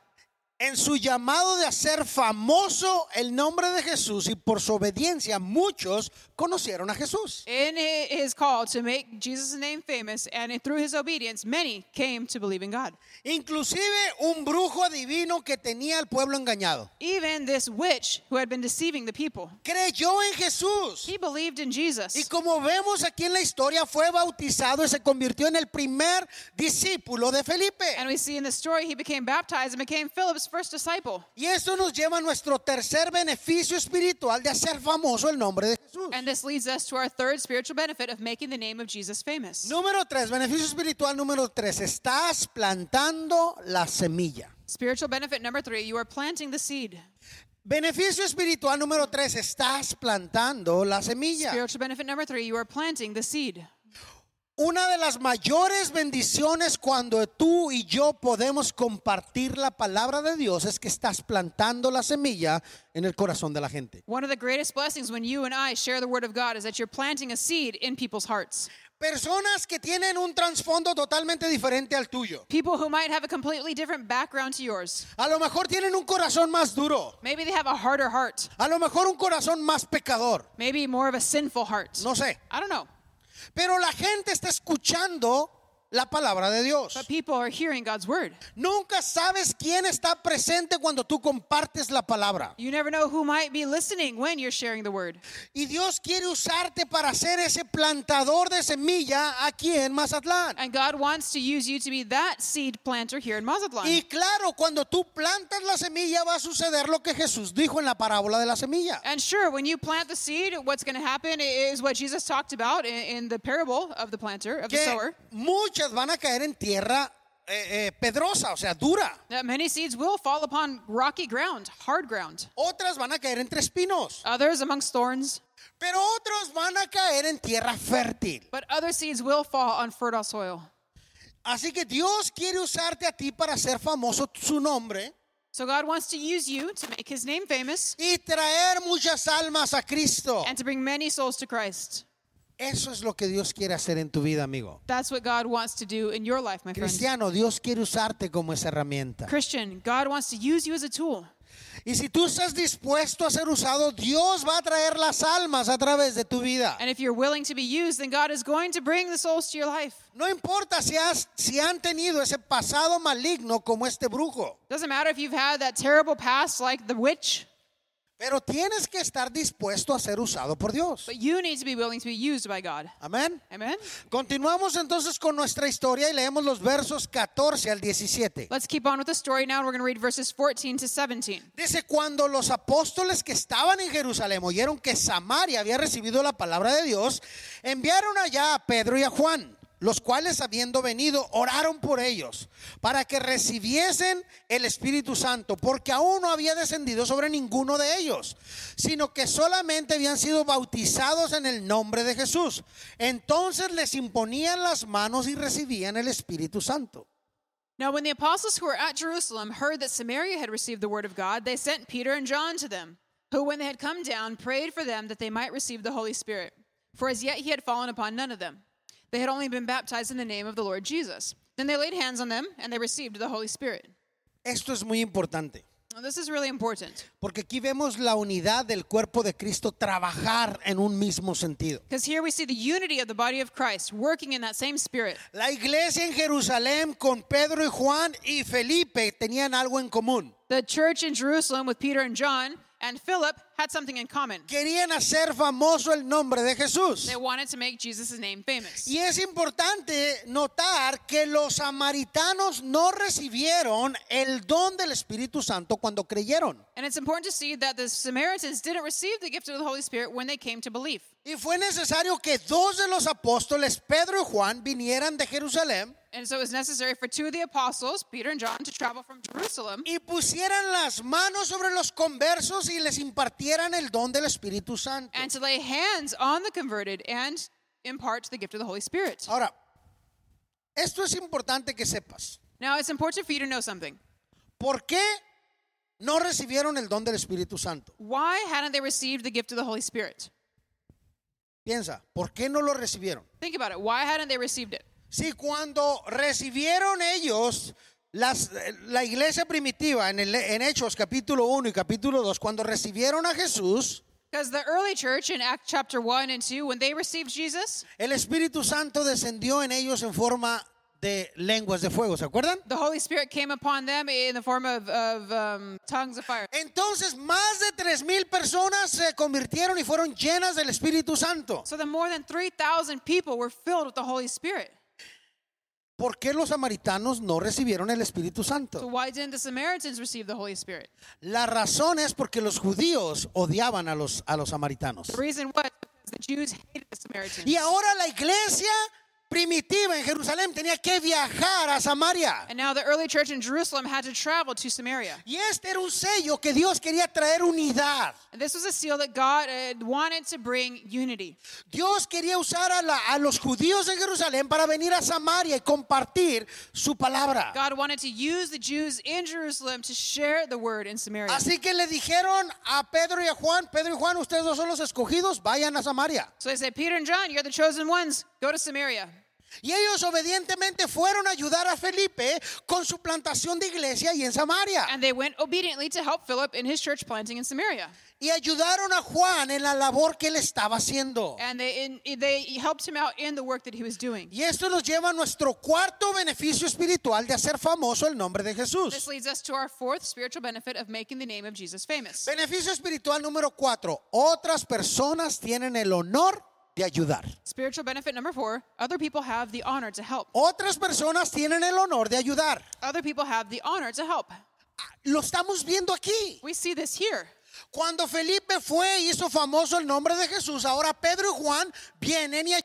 S2: En su llamado de hacer famoso el nombre de Jesús y por su obediencia muchos conocieron a Jesús.
S3: In hi- his call to make Jesus' name famous, and through his obedience, many came to believe in God.
S2: Inclusive un brujo adivino que tenía al pueblo engañado.
S3: Even this witch who had been deceiving the people,
S2: Creyó en Jesús.
S3: he believed in
S2: Y
S3: Jesus.
S2: como vemos aquí en la historia, fue bautizado y se convirtió en el primer discípulo de
S3: And
S2: Felipe.
S3: we see in the story, he became baptized and became Philip's first disciple.
S2: Y esto nos lleva a nuestro tercer beneficio espiritual de hacer famoso el nombre de Jesús.
S3: And this leads us to our third spiritual benefit of making the name of Jesus famous.
S2: Número tres, beneficio espiritual número tres, estás plantando la semilla.
S3: Spiritual benefit number three you are planting the seed.
S2: Beneficio espiritual número tres, estás plantando la semilla.
S3: Spiritual benefit number three you are planting the seed.
S2: Una de las mayores bendiciones cuando tú y yo podemos compartir la palabra de Dios es que estás plantando la semilla en el corazón de la gente.
S3: One of the greatest blessings when you and I share the word of God is that you're planting a seed in people's hearts.
S2: Personas que tienen un trasfondo totalmente diferente al tuyo.
S3: People who might have a completely different background to yours.
S2: A lo mejor tienen un corazón más duro.
S3: Maybe they have a harder heart,
S2: A lo mejor un corazón más pecador.
S3: maybe more of a sinful heart.
S2: No sé.
S3: I don't know.
S2: Pero la gente está escuchando la palabra de Dios.
S3: But people are hearing God's word.
S2: Nunca sabes quién está presente cuando tú compartes la palabra.
S3: You never know who might be listening when you're sharing the word.
S2: Y Dios quiere usarte para ser ese plantador de semilla aquí en Mazatlán.
S3: And God wants to use you to be that seed planter here in Mazatlan.
S2: Y claro, cuando tú plantas la semilla va a suceder lo que Jesús dijo en la parábola de la semilla.
S3: And sure, when you plant the seed, what's going to happen is what Jesus talked about in, in the parable of the planter, of the
S2: Que
S3: sower,
S2: muchas van a caer en tierra eh, eh, pedrosa, o sea, dura.
S3: that many seeds will fall upon rocky ground, hard ground.
S2: Otras van a caer entre espinos.
S3: Others amongst thorns,
S2: Pero otros van a caer en tierra fértil.
S3: but other seeds will fall on fertile soil.
S2: Así que Dios quiere usarte a ti para hacer famoso su nombre
S3: So God wants to use you to make his name famous
S2: y traer muchas almas a Cristo.
S3: and to bring many souls to Christ.
S2: Eso es lo que Dios quiere hacer en tu vida, amigo.
S3: That's what God wants to do in your life, my friend.
S2: Cristiano, Dios quiere usarte como esa herramienta.
S3: Christian, God wants to use you as a tool.
S2: Y si tú estás dispuesto a ser usado, Dios va a traer las almas a través de tu vida.
S3: And if you're willing to be used, then God is going to bring the souls to your life.
S2: No importa si, has- si han tenido ese pasado maligno como este brujo,
S3: Doesn't matter if you've had that terrible past like the witch,
S2: pero tienes que estar dispuesto a ser usado por Dios.
S3: but you need to be willing to be used by God.
S2: Amén.
S3: Amen?
S2: Continuamos entonces con nuestra historia y leemos los versos 14 al 17.
S3: Let's keep on with the story now. and We're going to read verses 14 to 17.
S2: Dice, cuando los apóstoles que estaban en Jerusalén oyeron que Samaria había recibido la palabra de Dios, enviaron allá a Pedro y a Juan, los cuales habiendo venido oraron por ellos, para que recibiesen el Espíritu Santo, porque aún no había descendido sobre ninguno de ellos, sino que solamente habían sido bautizados en el nombre de Jesús. Entonces les imponían las manos y recibían el Espíritu Santo.
S3: Now, when the apostles who were at Jerusalem heard that Samaria had received the word of God, they sent Peter and John to them, who, when they had come down, prayed for them that they might receive the Holy Spirit. For as yet he had fallen upon none of them. They had only been baptized in the name of the Lord Jesus. Then they laid hands on them, and they received the Holy Spirit.
S2: Esto es muy importante.
S3: Now, this is really important.
S2: Porque aquí vemos la unidad del cuerpo de Cristo trabajar en un mismo sentido.
S3: Because here we see the unity of the body of Christ working in that same spirit.
S2: La iglesia en Jerusalén con Pedro y Juan y Felipe tenían algo en común.
S3: The church in Jerusalem with Peter and John and Philip had something in common.
S2: Querían hacer famoso el nombre de Jesús.
S3: They wanted to make Jesus' name famous.
S2: Y es importante notar que los samaritanos no recibieron el don del Espíritu Santo cuando creyeron.
S3: And it's important to see that the Samaritans didn't receive the gift of the Holy Spirit when they came to belief.
S2: Y fue necesario que dos de los apóstoles, Pedro y Juan, vinieran de Jerusalén
S3: And so it was necessary for two of the apostles, Peter and John, to travel from Jerusalem
S2: y pusieran las manos sobre los conversos y les impartieran el don del Espíritu Santo.
S3: and to lay hands on the converted and impart the gift of the Holy Spirit.
S2: Ahora, esto es importante que sepas.
S3: Now, it's important for you to know something.
S2: ¿Por qué no recibieron el don del Espíritu Santo?
S3: Why hadn't they received the gift of the Holy Spirit?
S2: Piensa, ¿por qué no lo recibieron?
S3: Think about it. Why hadn't they received it?
S2: Si cuando recibieron ellos Las- la iglesia primitiva en, el- en Hechos capítulo 1 y capítulo 2, cuando recibieron a Jesús,
S3: Because the early church in Acts chapter 1 and 2, when they received Jesus,
S2: el Espíritu Santo descendió en ellos en forma de lenguas de fuego, ¿se acuerdan?
S3: the Holy Spirit came upon them in the form of, of um, tongues of fire.
S2: Entonces más de tres mil personas se convirtieron y fueron llenas del Espíritu Santo.
S3: So then more than 3,000 people were filled with the Holy Spirit.
S2: ¿Por qué los samaritanos no recibieron el Espíritu
S3: So
S2: Santo?
S3: why didn't the Samaritans receive the Holy Spirit?
S2: La razón es porque los judíos odiaban a los, a los samaritanos.
S3: The reason was because the Jews hated the Samaritans.
S2: Y ahora la iglesia primitiva en Jerusalén tenía que viajar a Samaria.
S3: And now the early church in Jerusalem had to travel to Samaria.
S2: Y este era un sello que Dios quería traer unidad.
S3: And this was a seal that God uh, wanted to bring unity.
S2: Dios quería usar a, la- a los judíos de Jerusalén para venir a Samaria y compartir su palabra.
S3: God wanted to use the Jews in Jerusalem to share the word in Samaria.
S2: Así que le dijeron a Pedro y a Juan, Pedro y Juan, ustedes dos son los escogidos, vayan a Samaria.
S3: So they said, Peter and John, you're the chosen ones. Go to Samaria.
S2: Y ellos obedientemente fueron a ayudar a Felipe con su plantación de iglesia y en Samaria.
S3: And they went obediently to help Philip in his church planting in Samaria.
S2: Y ayudaron a Juan en la labor que él estaba haciendo.
S3: And they, in, they helped him out in the work that he was doing.
S2: Y esto nos lleva a nuestro cuarto beneficio espiritual de hacer famoso el nombre de
S3: This
S2: Jesús.
S3: leads us to our fourth spiritual benefit of making the name of Jesus famous.
S2: Beneficio espiritual número cuatro. Otras personas tienen el honor de ayudar.
S3: Spiritual benefit number four other people have the honor to help.
S2: Otras personas tienen el honor de ayudar.
S3: Other people have the honor to help.
S2: Lo estamos viendo aquí.
S3: We see this here.
S2: Cuando Felipe fue y hizo famoso el nombre de Jesús, ahora Pedro y Juan vienen y ayudan.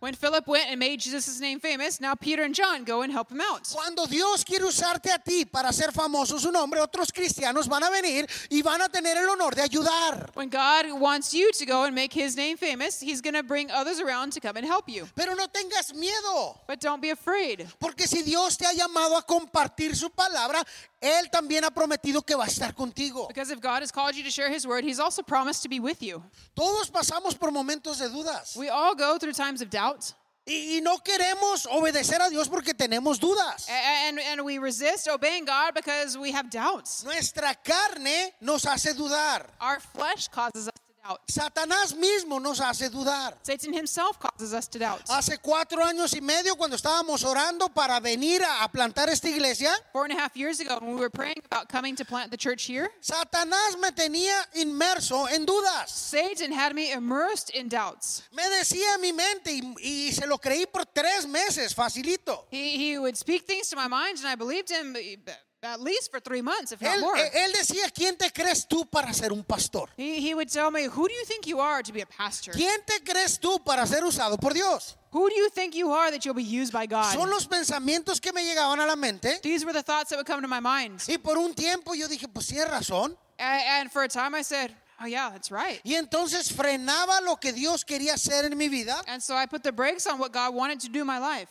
S3: When Philip went and made Jesus' name famous, now Peter and John go and help him out.
S2: Cuando Dios quiere usarte a ti para hacer famoso su nombre, otros cristianos van a venir y van a tener el honor de ayudar.
S3: When God wants you to go and make his name famous, he's going to bring others around to come and help you.
S2: Pero no tengas miedo.
S3: But don't be afraid.
S2: Porque si Dios te ha llamado a compartir su palabra, Él también ha prometido que va a estar contigo.
S3: Because if God has called you to share his word, he's also promised to be with you.
S2: Todos pasamos por momentos de dudas
S3: We all go through times of doubt,
S2: y, y no queremos obedecer a Dios porque tenemos dudas.
S3: a- and, and we resist obeying God because we have doubts.
S2: Nuestra carne nos hace dudar.
S3: Our flesh causes us to doubt.
S2: Satanás mismo nos hace dudar.
S3: Satan himself causes us to doubt.
S2: Hace cuatro años y medio cuando estábamos orando para venir a, a plantar esta iglesia,
S3: Four and a half years ago, when we were praying about coming to plant the church here,
S2: Satanás me tenía inmerso en dudas.
S3: Satan had me immersed in doubts.
S2: Me decía en mi mente y, y se lo creí por tres meses, facilito.
S3: He, he would speak things to my mind, and I believed him eh, at least for three months, if not
S2: Él,
S3: more.
S2: eh, él decía, ¿quién te crees tú para ser un pastor?
S3: He, he would tell me, Who do you think you are to be a pastor?
S2: ¿Quién te crees tú para ser usado por Dios?
S3: Who do you think you are that you'll be used by God?
S2: Son los pensamientos que me llegaban a la mente
S3: These were the thoughts that would come to my mind.
S2: y por un tiempo yo dije, pues tienes razón.
S3: A- And for a time, I said, Oh, yeah, that's right.
S2: Y entonces frenaba lo que Dios quería hacer en mi vida
S3: And so I put the brakes on what God wanted to do in my life.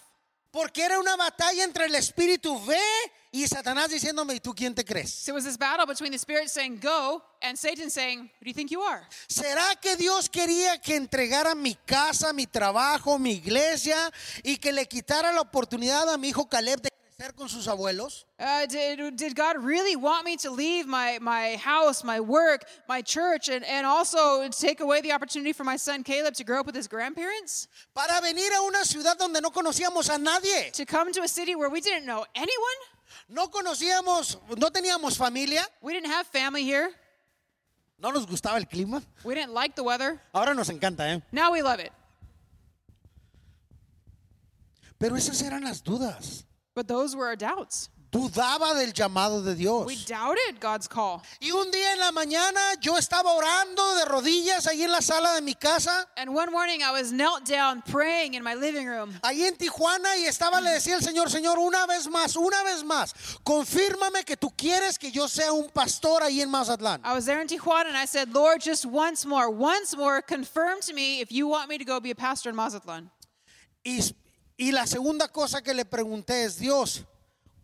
S2: porque era una batalla entre el espíritu ve y Satanás diciéndome, ¿y tú quién te crees?
S3: So it was this battle between the Spirit saying, Go, and Satan saying, Who do you think you are?
S2: ¿Será que Dios quería que entregara mi casa, mi trabajo, mi iglesia y que le quitara la oportunidad a mi hijo Caleb de crecer con sus abuelos?
S3: Uh, did, did God really want me to leave my, my house, my work, my church, and, and also take away the opportunity for my son Caleb to grow up with his grandparents?
S2: para venir a una ciudad donde no conocíamos a nadie,
S3: To come to a city where we didn't know anyone?
S2: no conocíamos, no teníamos familia,
S3: We didn't have family here.
S2: no nos gustaba el clima.
S3: We didn't like the weather.
S2: Ahora nos encanta, ¿eh?
S3: Now we love it.
S2: Pero esas eran las dudas.
S3: But those were our doubts.
S2: Dudaba del llamado de
S3: We
S2: Dios.
S3: doubted God's call.
S2: Y un día en la mañana yo estaba orando de rodillas ahí en la sala de mi casa,
S3: And one morning I was knelt down praying in my living room.
S2: ahí en Tijuana, y estaba, le decía al Señor, Señor, una vez más, una vez más, confírmame que tú quieres que yo sea un pastor ahí en Mazatlán.
S3: I was there in Tijuana and I said, Lord, just once more, once more, confirm to me if you want me to go be a pastor in Mazatlan.
S2: Y, y la segunda cosa que le pregunté es, Dios,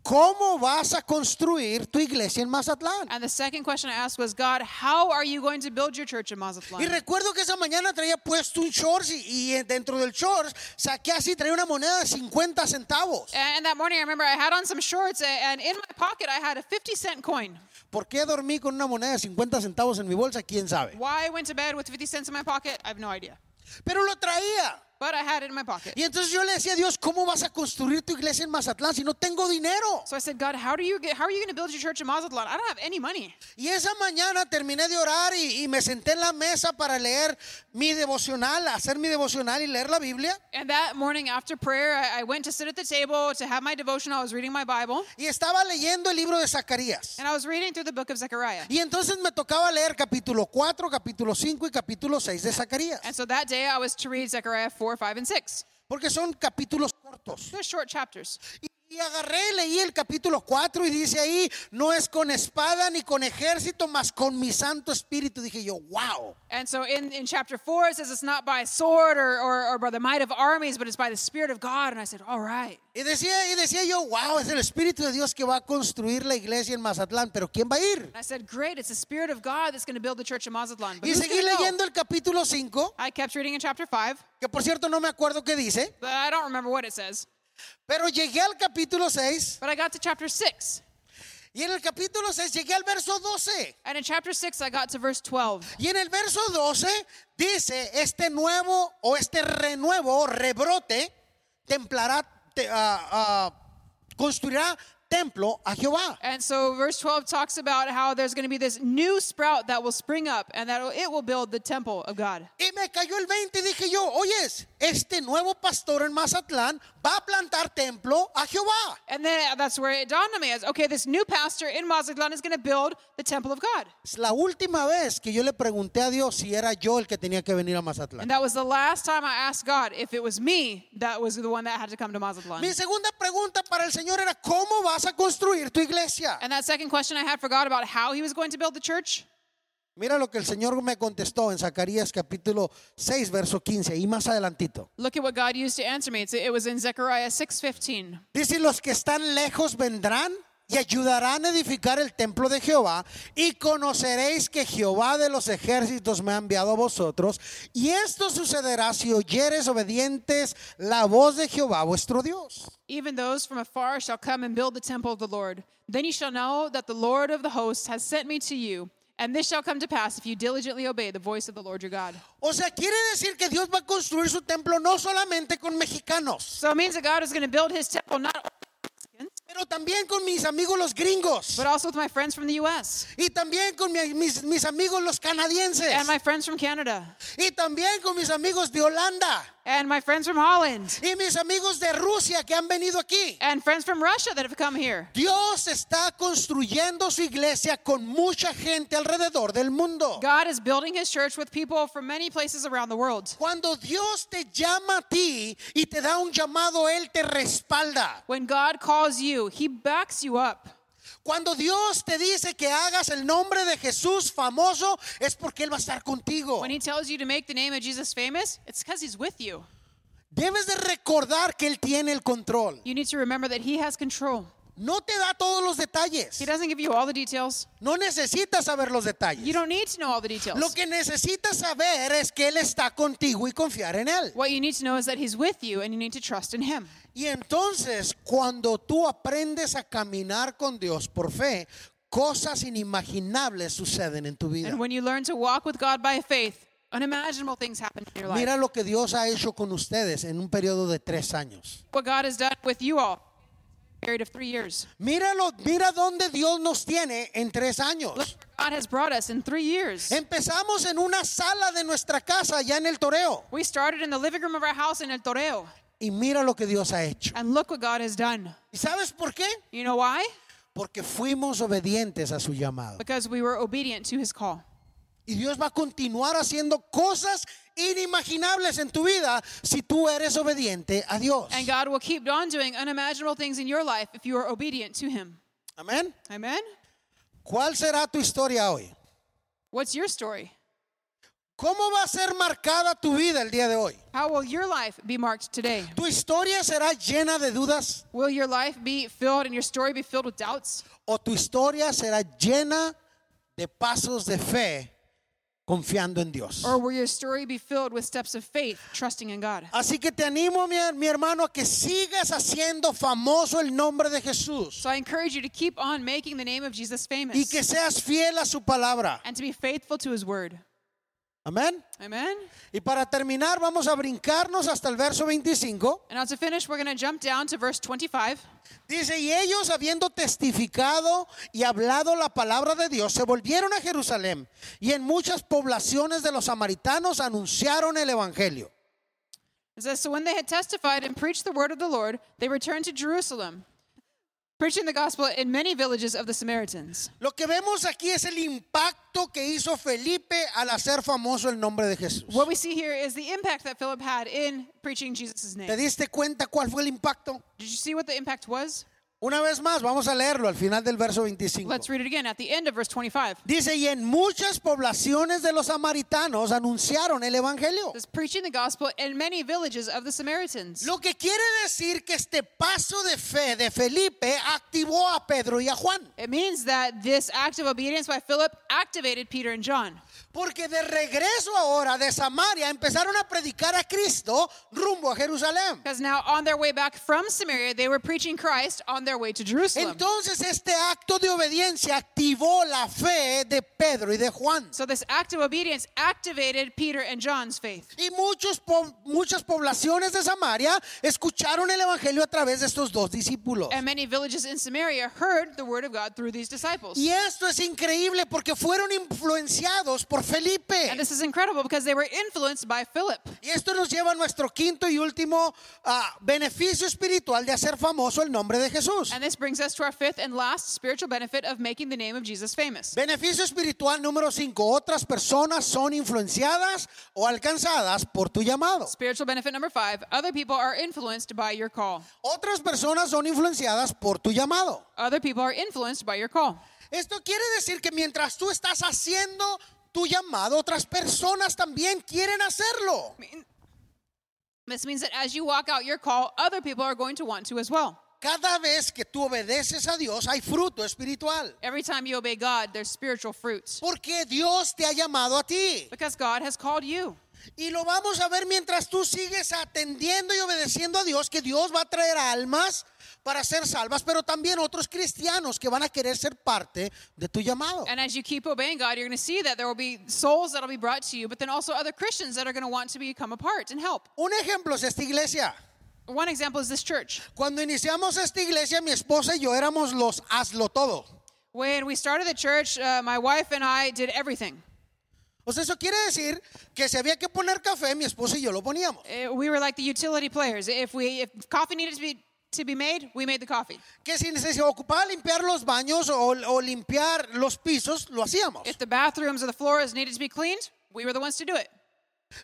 S2: ¿cómo vas a construir tu iglesia en Mazatlán?
S3: And the second question I asked was, God, how are you going to build your church in
S2: Y
S3: Mazatlan?
S2: recuerdo que esa mañana traía puesto un shorts y, y dentro del shorts saqué así, traía una moneda de 50 centavos.
S3: And that morning, I remember I had on some shorts, a- and in my pocket, I had a 50 cent coin.
S2: ¿Por qué dormí con una moneda de 50 centavos en mi bolsa? ¿Quién sabe?
S3: Why I went to bed with 50 cents in my pocket, I have no idea.
S2: Pero lo traía.
S3: But I had it in my pocket.
S2: Y entonces yo le decía a Dios, ¿cómo vas a construir tu iglesia en Mazatlán si no tengo dinero?
S3: So I said, God, how do you get, how are you going to build your church in Mazatlan? I don't have any money.
S2: Y esa mañana terminé de orar y, y me senté en la mesa para leer mi devocional, hacer mi devocional y leer la Biblia.
S3: And that morning after prayer, I, I went to sit at the table to have my devotion. I was reading my Bible,
S2: Y estaba leyendo el libro de Zacarías.
S3: and I was reading through the book of Zechariah.
S2: Y entonces me tocaba leer capítulo 4, capítulo 5 y capítulo 6 de Zacarías.
S3: And so that day, I was to read Zechariah 4, 5, and 6.
S2: Porque son capítulos cortos.
S3: They're short chapters.
S2: Y, y agarré y leí el capítulo 4 y dice ahí, no es con espada ni con ejército, mas con mi Santo Espíritu. Dije yo, wow.
S3: And so in, in chapter 4, it says it's not by sword or, or, or by the might of armies, but it's by the Spirit of God. And I said, All right.
S2: Y decía, y decía yo, wow, es el Espíritu de Dios que va a construir la iglesia en Mazatlán, pero ¿quién va a ir?
S3: And I said, Great, it's the Spirit of God that's going to build the church in Mazatlan.
S2: Y
S3: But who's
S2: seguí
S3: gonna know?
S2: leyendo el capítulo 5,
S3: I kept reading in chapter 5,
S2: que por cierto no me acuerdo qué dice,
S3: but I don't remember what it says.
S2: pero llegué al capítulo 6
S3: But I got to chapter 6.
S2: y en el capítulo 6 llegué al verso 12.
S3: And in chapter 6, I got to verse 12.
S2: Y en el verso 12 dice, este nuevo o este renuevo,rebrote, templará, te- ah, ah, construirá templo a Jehová.
S3: And so verse 12 talks about how there's going to be this new sprout that will spring up and that it will build the temple of God.
S2: Y me cayó el 20 y dije yo, oyes, este nuevo pastor en Mazatlán va a plantar templo a Jehová.
S3: And then that's where it dawned on me as okay, this new pastor in Mazatlan is going to build the temple of God.
S2: Es la última vez que yo le pregunté a Dios si era yo el que tenía que venir a Mazatlán.
S3: And that was the last time I asked God if it was me that was the one that had to come to Mazatlan.
S2: Mi segunda pregunta para el Señor era, ¿cómo vas a construir tu iglesia?
S3: And that second question I had for God about how he was going to build the church.
S2: Mira lo que el Señor me contestó en Zacarías capítulo 6, verso 15 y más adelantito.
S3: Look at what God used to answer me. It's, it was in Zechariah 6:15.
S2: Dice, los que están lejos vendrán y ayudarán a edificar el templo de Jehová y conoceréis que Jehová de los ejércitos me ha enviado a vosotros y esto sucederá si oyeres obedientes la voz de Jehová vuestro Dios.
S3: Even those from afar shall come and build the temple of the Lord. Then you shall know that the Lord of the hosts has sent me to you. And this shall come to pass if you diligently obey the voice of the Lord your God.
S2: O sea, quiere decir que Dios va a construir su templo no solamente con mexicanos,
S3: So it means that God is going to build his temple not only with Mexicans,
S2: pero también con mis amigos los gringos
S3: but also with my friends from the US
S2: y también con mi- mis, mis amigos los canadienses
S3: and my friends from Canada
S2: y también con mis amigos de Holanda
S3: and my friends from Holland
S2: y mis amigos de Rusia que han venido aquí.
S3: and friends from Russia that have come here.
S2: Dios está construyendo su iglesia con mucha gente alrededor del mundo.
S3: God is building his church with people from many places around the world.
S2: Cuando Dios te llama a ti y te da un llamado, Él te respalda.
S3: When God calls you, he backs you up.
S2: Cuando Dios te dice que hagas el nombre de Jesús famoso, es porque Él va a estar contigo.
S3: When he tells you to make the name of Jesus famous, it's because he's with you.
S2: Debes de recordar que Él tiene el control.
S3: You need to remember that he has control.
S2: No te da todos los detalles.
S3: He doesn't give you all the details.
S2: No necesitas saber los
S3: You
S2: detalles.
S3: don't need to know all the
S2: Lo
S3: details.
S2: que necesitas saber es que Él está contigo y confiar en Él.
S3: What you need to know is that he's with you and you need to trust in him.
S2: Y entonces, cuando tú aprendes a caminar con Dios por fe, cosas inimaginables suceden en tu vida.
S3: And when you learn to walk with God by faith, unimaginable things happen in your life.
S2: Mira lo que Dios ha hecho con ustedes en un periodo de tres años.
S3: What God has done with you all, period of three years.
S2: Míralo, mira dónde Dios nos tiene en tres
S3: Look
S2: años.
S3: where God has brought us in three years.
S2: Empezamos en una sala de nuestra casa, ya en el toreo.
S3: We started in the living room of our house in El Toreo,
S2: Y mira lo que Dios ha hecho.
S3: and look what God has done.
S2: ¿Y sabes por qué?
S3: You know why?
S2: Porque fuimos obedientes a su llamado.
S3: Because we were obedient to His call.
S2: Y Dios va a continuar haciendo cosas inimaginables en tu vida si tú eres obediente a Dios.
S3: And God will keep on doing unimaginable things in your life if you are obedient to Him.
S2: Amén.
S3: Amen?
S2: ¿Cuál será tu historia hoy?
S3: What's your story?
S2: Co- ¿Cómo va a ser marcada tu vida el día de hoy?
S3: How will your life be marked today?
S2: ¿Tu historia será llena de dudas
S3: Will your life be filled and your story be filled with doubts?
S2: o tu historia será llena de pasos de fe confiando en Dios?
S3: Or will your story be filled with steps of faith, trusting in God?
S2: Así que te animo, mi, mi hermano, a que sigas haciendo famoso el nombre de Jesús
S3: So I encourage you to keep on making the name of Jesus
S2: y que
S3: famous
S2: seas fiel a su palabra.
S3: and to be faithful to his word.
S2: Amén.
S3: Amen.
S2: Y para terminar, vamos a brincarnos hasta el verso 25.
S3: And now to finish, we're going to jump down to verse 25.
S2: Dice, y ellos habiendo testificado y hablado la palabra de Dios, se volvieron a Jerusalén y en muchas poblaciones de los samaritanos anunciaron el Evangelio.
S3: It says, So when they had testified and preached the word of the Lord, they returned to Jerusalem, preaching the gospel in many villages of the Samaritans.
S2: Lo que vemos aquí es el impacto que hizo Felipe al hacer famoso el nombre de Jesús.
S3: What we see here is the impact that Philip had in preaching Jesus'
S2: ¿Te
S3: name.
S2: diste cuenta cuál fue el impacto?
S3: Did you see what the impact was?
S2: Una vez más, vamos a leerlo al final del verso 25.
S3: Let's read it again at the end of verse 25.
S2: Dice, y en muchas poblaciones de los samaritanos anunciaron el Evangelio.
S3: It says, preaching the gospel in many villages of the Samaritans.
S2: Lo que quiere decir que este paso de fe de Felipe activó a Pedro y a Juan.
S3: It means that this act of obedience by Philip activated Peter and John.
S2: Porque de regreso ahora de Samaria empezaron a predicar a Cristo rumbo a Jerusalén.
S3: Because now, on their way back from Samaria, they were preaching Christ on their way to Jerusalem.
S2: Entonces este acto de obediencia activó la fe de Pedro y de Juan.
S3: So, this act of obedience activated Peter and John's faith.
S2: Y muchos po- muchas poblaciones de Samaria escucharon el Evangelio a través de estos dos discípulos.
S3: And many villages in Samaria heard the word of God through these disciples.
S2: Y esto es increíble porque fueron influenciados por
S3: And
S2: Felipe.
S3: this is incredible because they were influenced by Philip.
S2: Y esto nos lleva a nuestro quinto y último ah, beneficio espiritual de hacer famoso el nombre de Jesús.
S3: And this brings us to our fifth and last spiritual benefit of making the name of Jesus famous.
S2: Beneficio espiritual número 5. Otras personas son influenciadas o alcanzadas por tu llamado.
S3: Spiritual benefit number five other people are influenced by your call.
S2: Otras personas son influenciadas por tu llamado.
S3: Other people are influenced by your call.
S2: Esto quiere decir que mientras tú estás haciendo tu llamado, otras personas también quieren hacerlo.
S3: This means that as you walk out your call, other people are going to want to as well.
S2: Cada vez que tú obedeces a Dios hay fruto espiritual.
S3: Every time you obey God, there's spiritual fruit.
S2: Porque Dios te ha llamado a ti.
S3: Because God has called you.
S2: Y lo vamos a ver mientras tú sigues atendiendo y obedeciendo a Dios, que Dios va a traer almas para ser salvas, pero también otros cristianos que van a querer ser parte de tu llamado.
S3: And as you keep obeying God, you're going to see that there will be souls that will be brought to you, but then also other Christians that are going to want to become a part and help.
S2: Un ejemplo es esta iglesia.
S3: One example is this church.
S2: Cuando iniciamos esta iglesia, mi esposa y yo éramos los hazlo todo.
S3: When we started the church, uh, my wife and I did everything.
S2: O sea, eso quiere decir que si había que poner café, mi esposa y yo lo poníamos.
S3: Uh, we were like the utility players. If we if coffee needed to be to be made, we made the coffee.
S2: Que si se ocupaba limpiar los baños o, o limpiar los pisos, lo hacíamos.
S3: If the bathrooms or the floors needed to be cleaned, we were the ones to do it.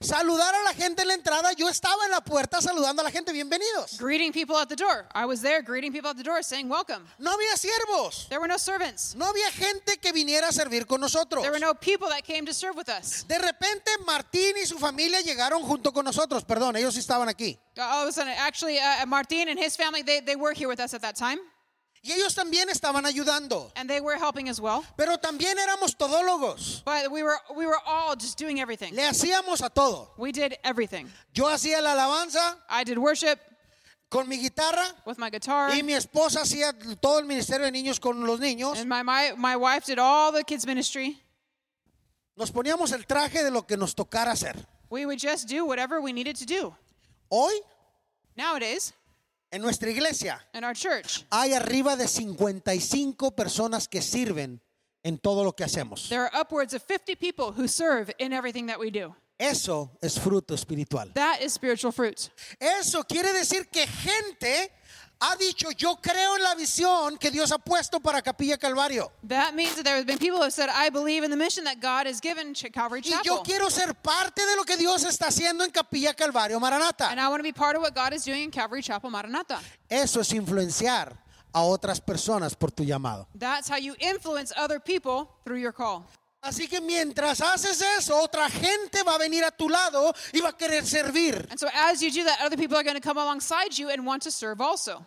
S2: Saludar a la gente en la entrada, yo estaba en la puerta saludando a la gente, bienvenidos.
S3: Greeting people at the door. I was there greeting people at the door saying welcome.
S2: No había siervos.
S3: There were no servants.
S2: No había gente que viniera a servir con nosotros.
S3: There were no people that came to serve with us.
S2: De repente Martín y su familia llegaron junto con nosotros. Perdón, ellos sí estaban aquí.
S3: All of a sudden, actually, uh, Martin and his family, they, they were here with us at that time,
S2: Y ellos también estaban ayudando.
S3: and they were helping as well.
S2: Pero también éramos todólogos.
S3: But we were, we were all just doing everything.
S2: Le hacíamos a todo.
S3: We did everything.
S2: Yo hacía la alabanza
S3: I did worship
S2: con mi guitarra
S3: with my guitar,
S2: y mi esposa hacía todo el ministerio de niños con los niños.
S3: and my, my, my wife did all the kids' ministry.
S2: Nos poníamos el traje de lo que nos tocara hacer.
S3: We would just do whatever we needed to do.
S2: Hoy,
S3: Nowadays,
S2: en nuestra iglesia,
S3: in our church,
S2: hay arriba de 55 personas que sirven en todo lo que hacemos.
S3: there are upwards of 50 people who serve in everything that we do.
S2: Eso es fruto espiritual.
S3: That is spiritual fruit.
S2: Eso quiere decir que gente ha dicho, yo creo en la visión que Dios ha puesto para Capilla Calvario.
S3: That means that there have been people who have said, I believe in the mission that God has given Ch- Calvary
S2: Y yo
S3: Chapel.
S2: quiero ser parte de lo que Dios está haciendo en Capilla Calvario
S3: And
S2: Maranata.
S3: I want to be part of what God is doing in Calvary Chapel Maranatha.
S2: Eso es influenciar a otras personas por tu llamado.
S3: That's how you influence other people through your call.
S2: Así que mientras haces eso, otra gente va a venir a tu lado y va a querer servir.
S3: And so as you do that, other people are going to come alongside you and want to serve also.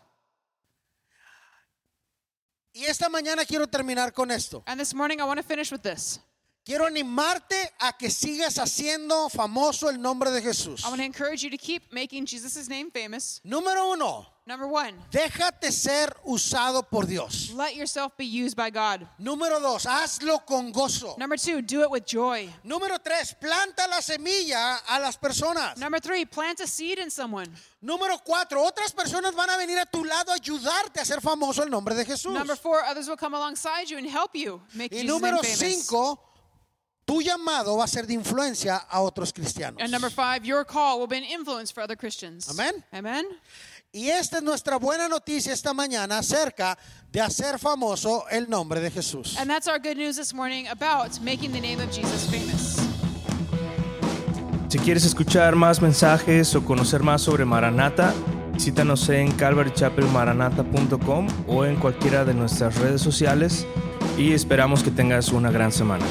S2: Y esta mañana quiero terminar con esto.
S3: And this morning, I want to finish with this.
S2: Quiero animarte a que sigas haciendo famoso el nombre de Jesús.
S3: I want to encourage you to keep making Jesus' name famous.
S2: Número uno,
S3: Number one,
S2: déjate ser usado por Dios.
S3: let yourself be used by God.
S2: Número dos, hazlo con gozo.
S3: Number two, do it with joy.
S2: Número tres, planta la semilla a las personas.
S3: Number three, plant a seed in someone.
S2: Número cuatro, otras personas van a venir a tu lado a ayudarte a hacer famoso el nombre de Jesús.
S3: Number four, others will come alongside you and help you make
S2: Y
S3: Jesus' name
S2: número
S3: famous.
S2: cinco, tu llamado va a ser de influencia a otros cristianos.
S3: And number five, your call will be an influence for other Christians.
S2: Amen.
S3: Amen.
S2: Y esta es nuestra buena noticia esta mañana acerca de hacer famoso el nombre de Jesús.
S3: And that's our good news this morning about making the name of Jesus famous.
S1: Si quieres escuchar más mensajes o conocer más sobre Maranata, visítanos en calvarychapelmaranata.com o en cualquiera de nuestras redes sociales y esperamos que tengas una gran semana.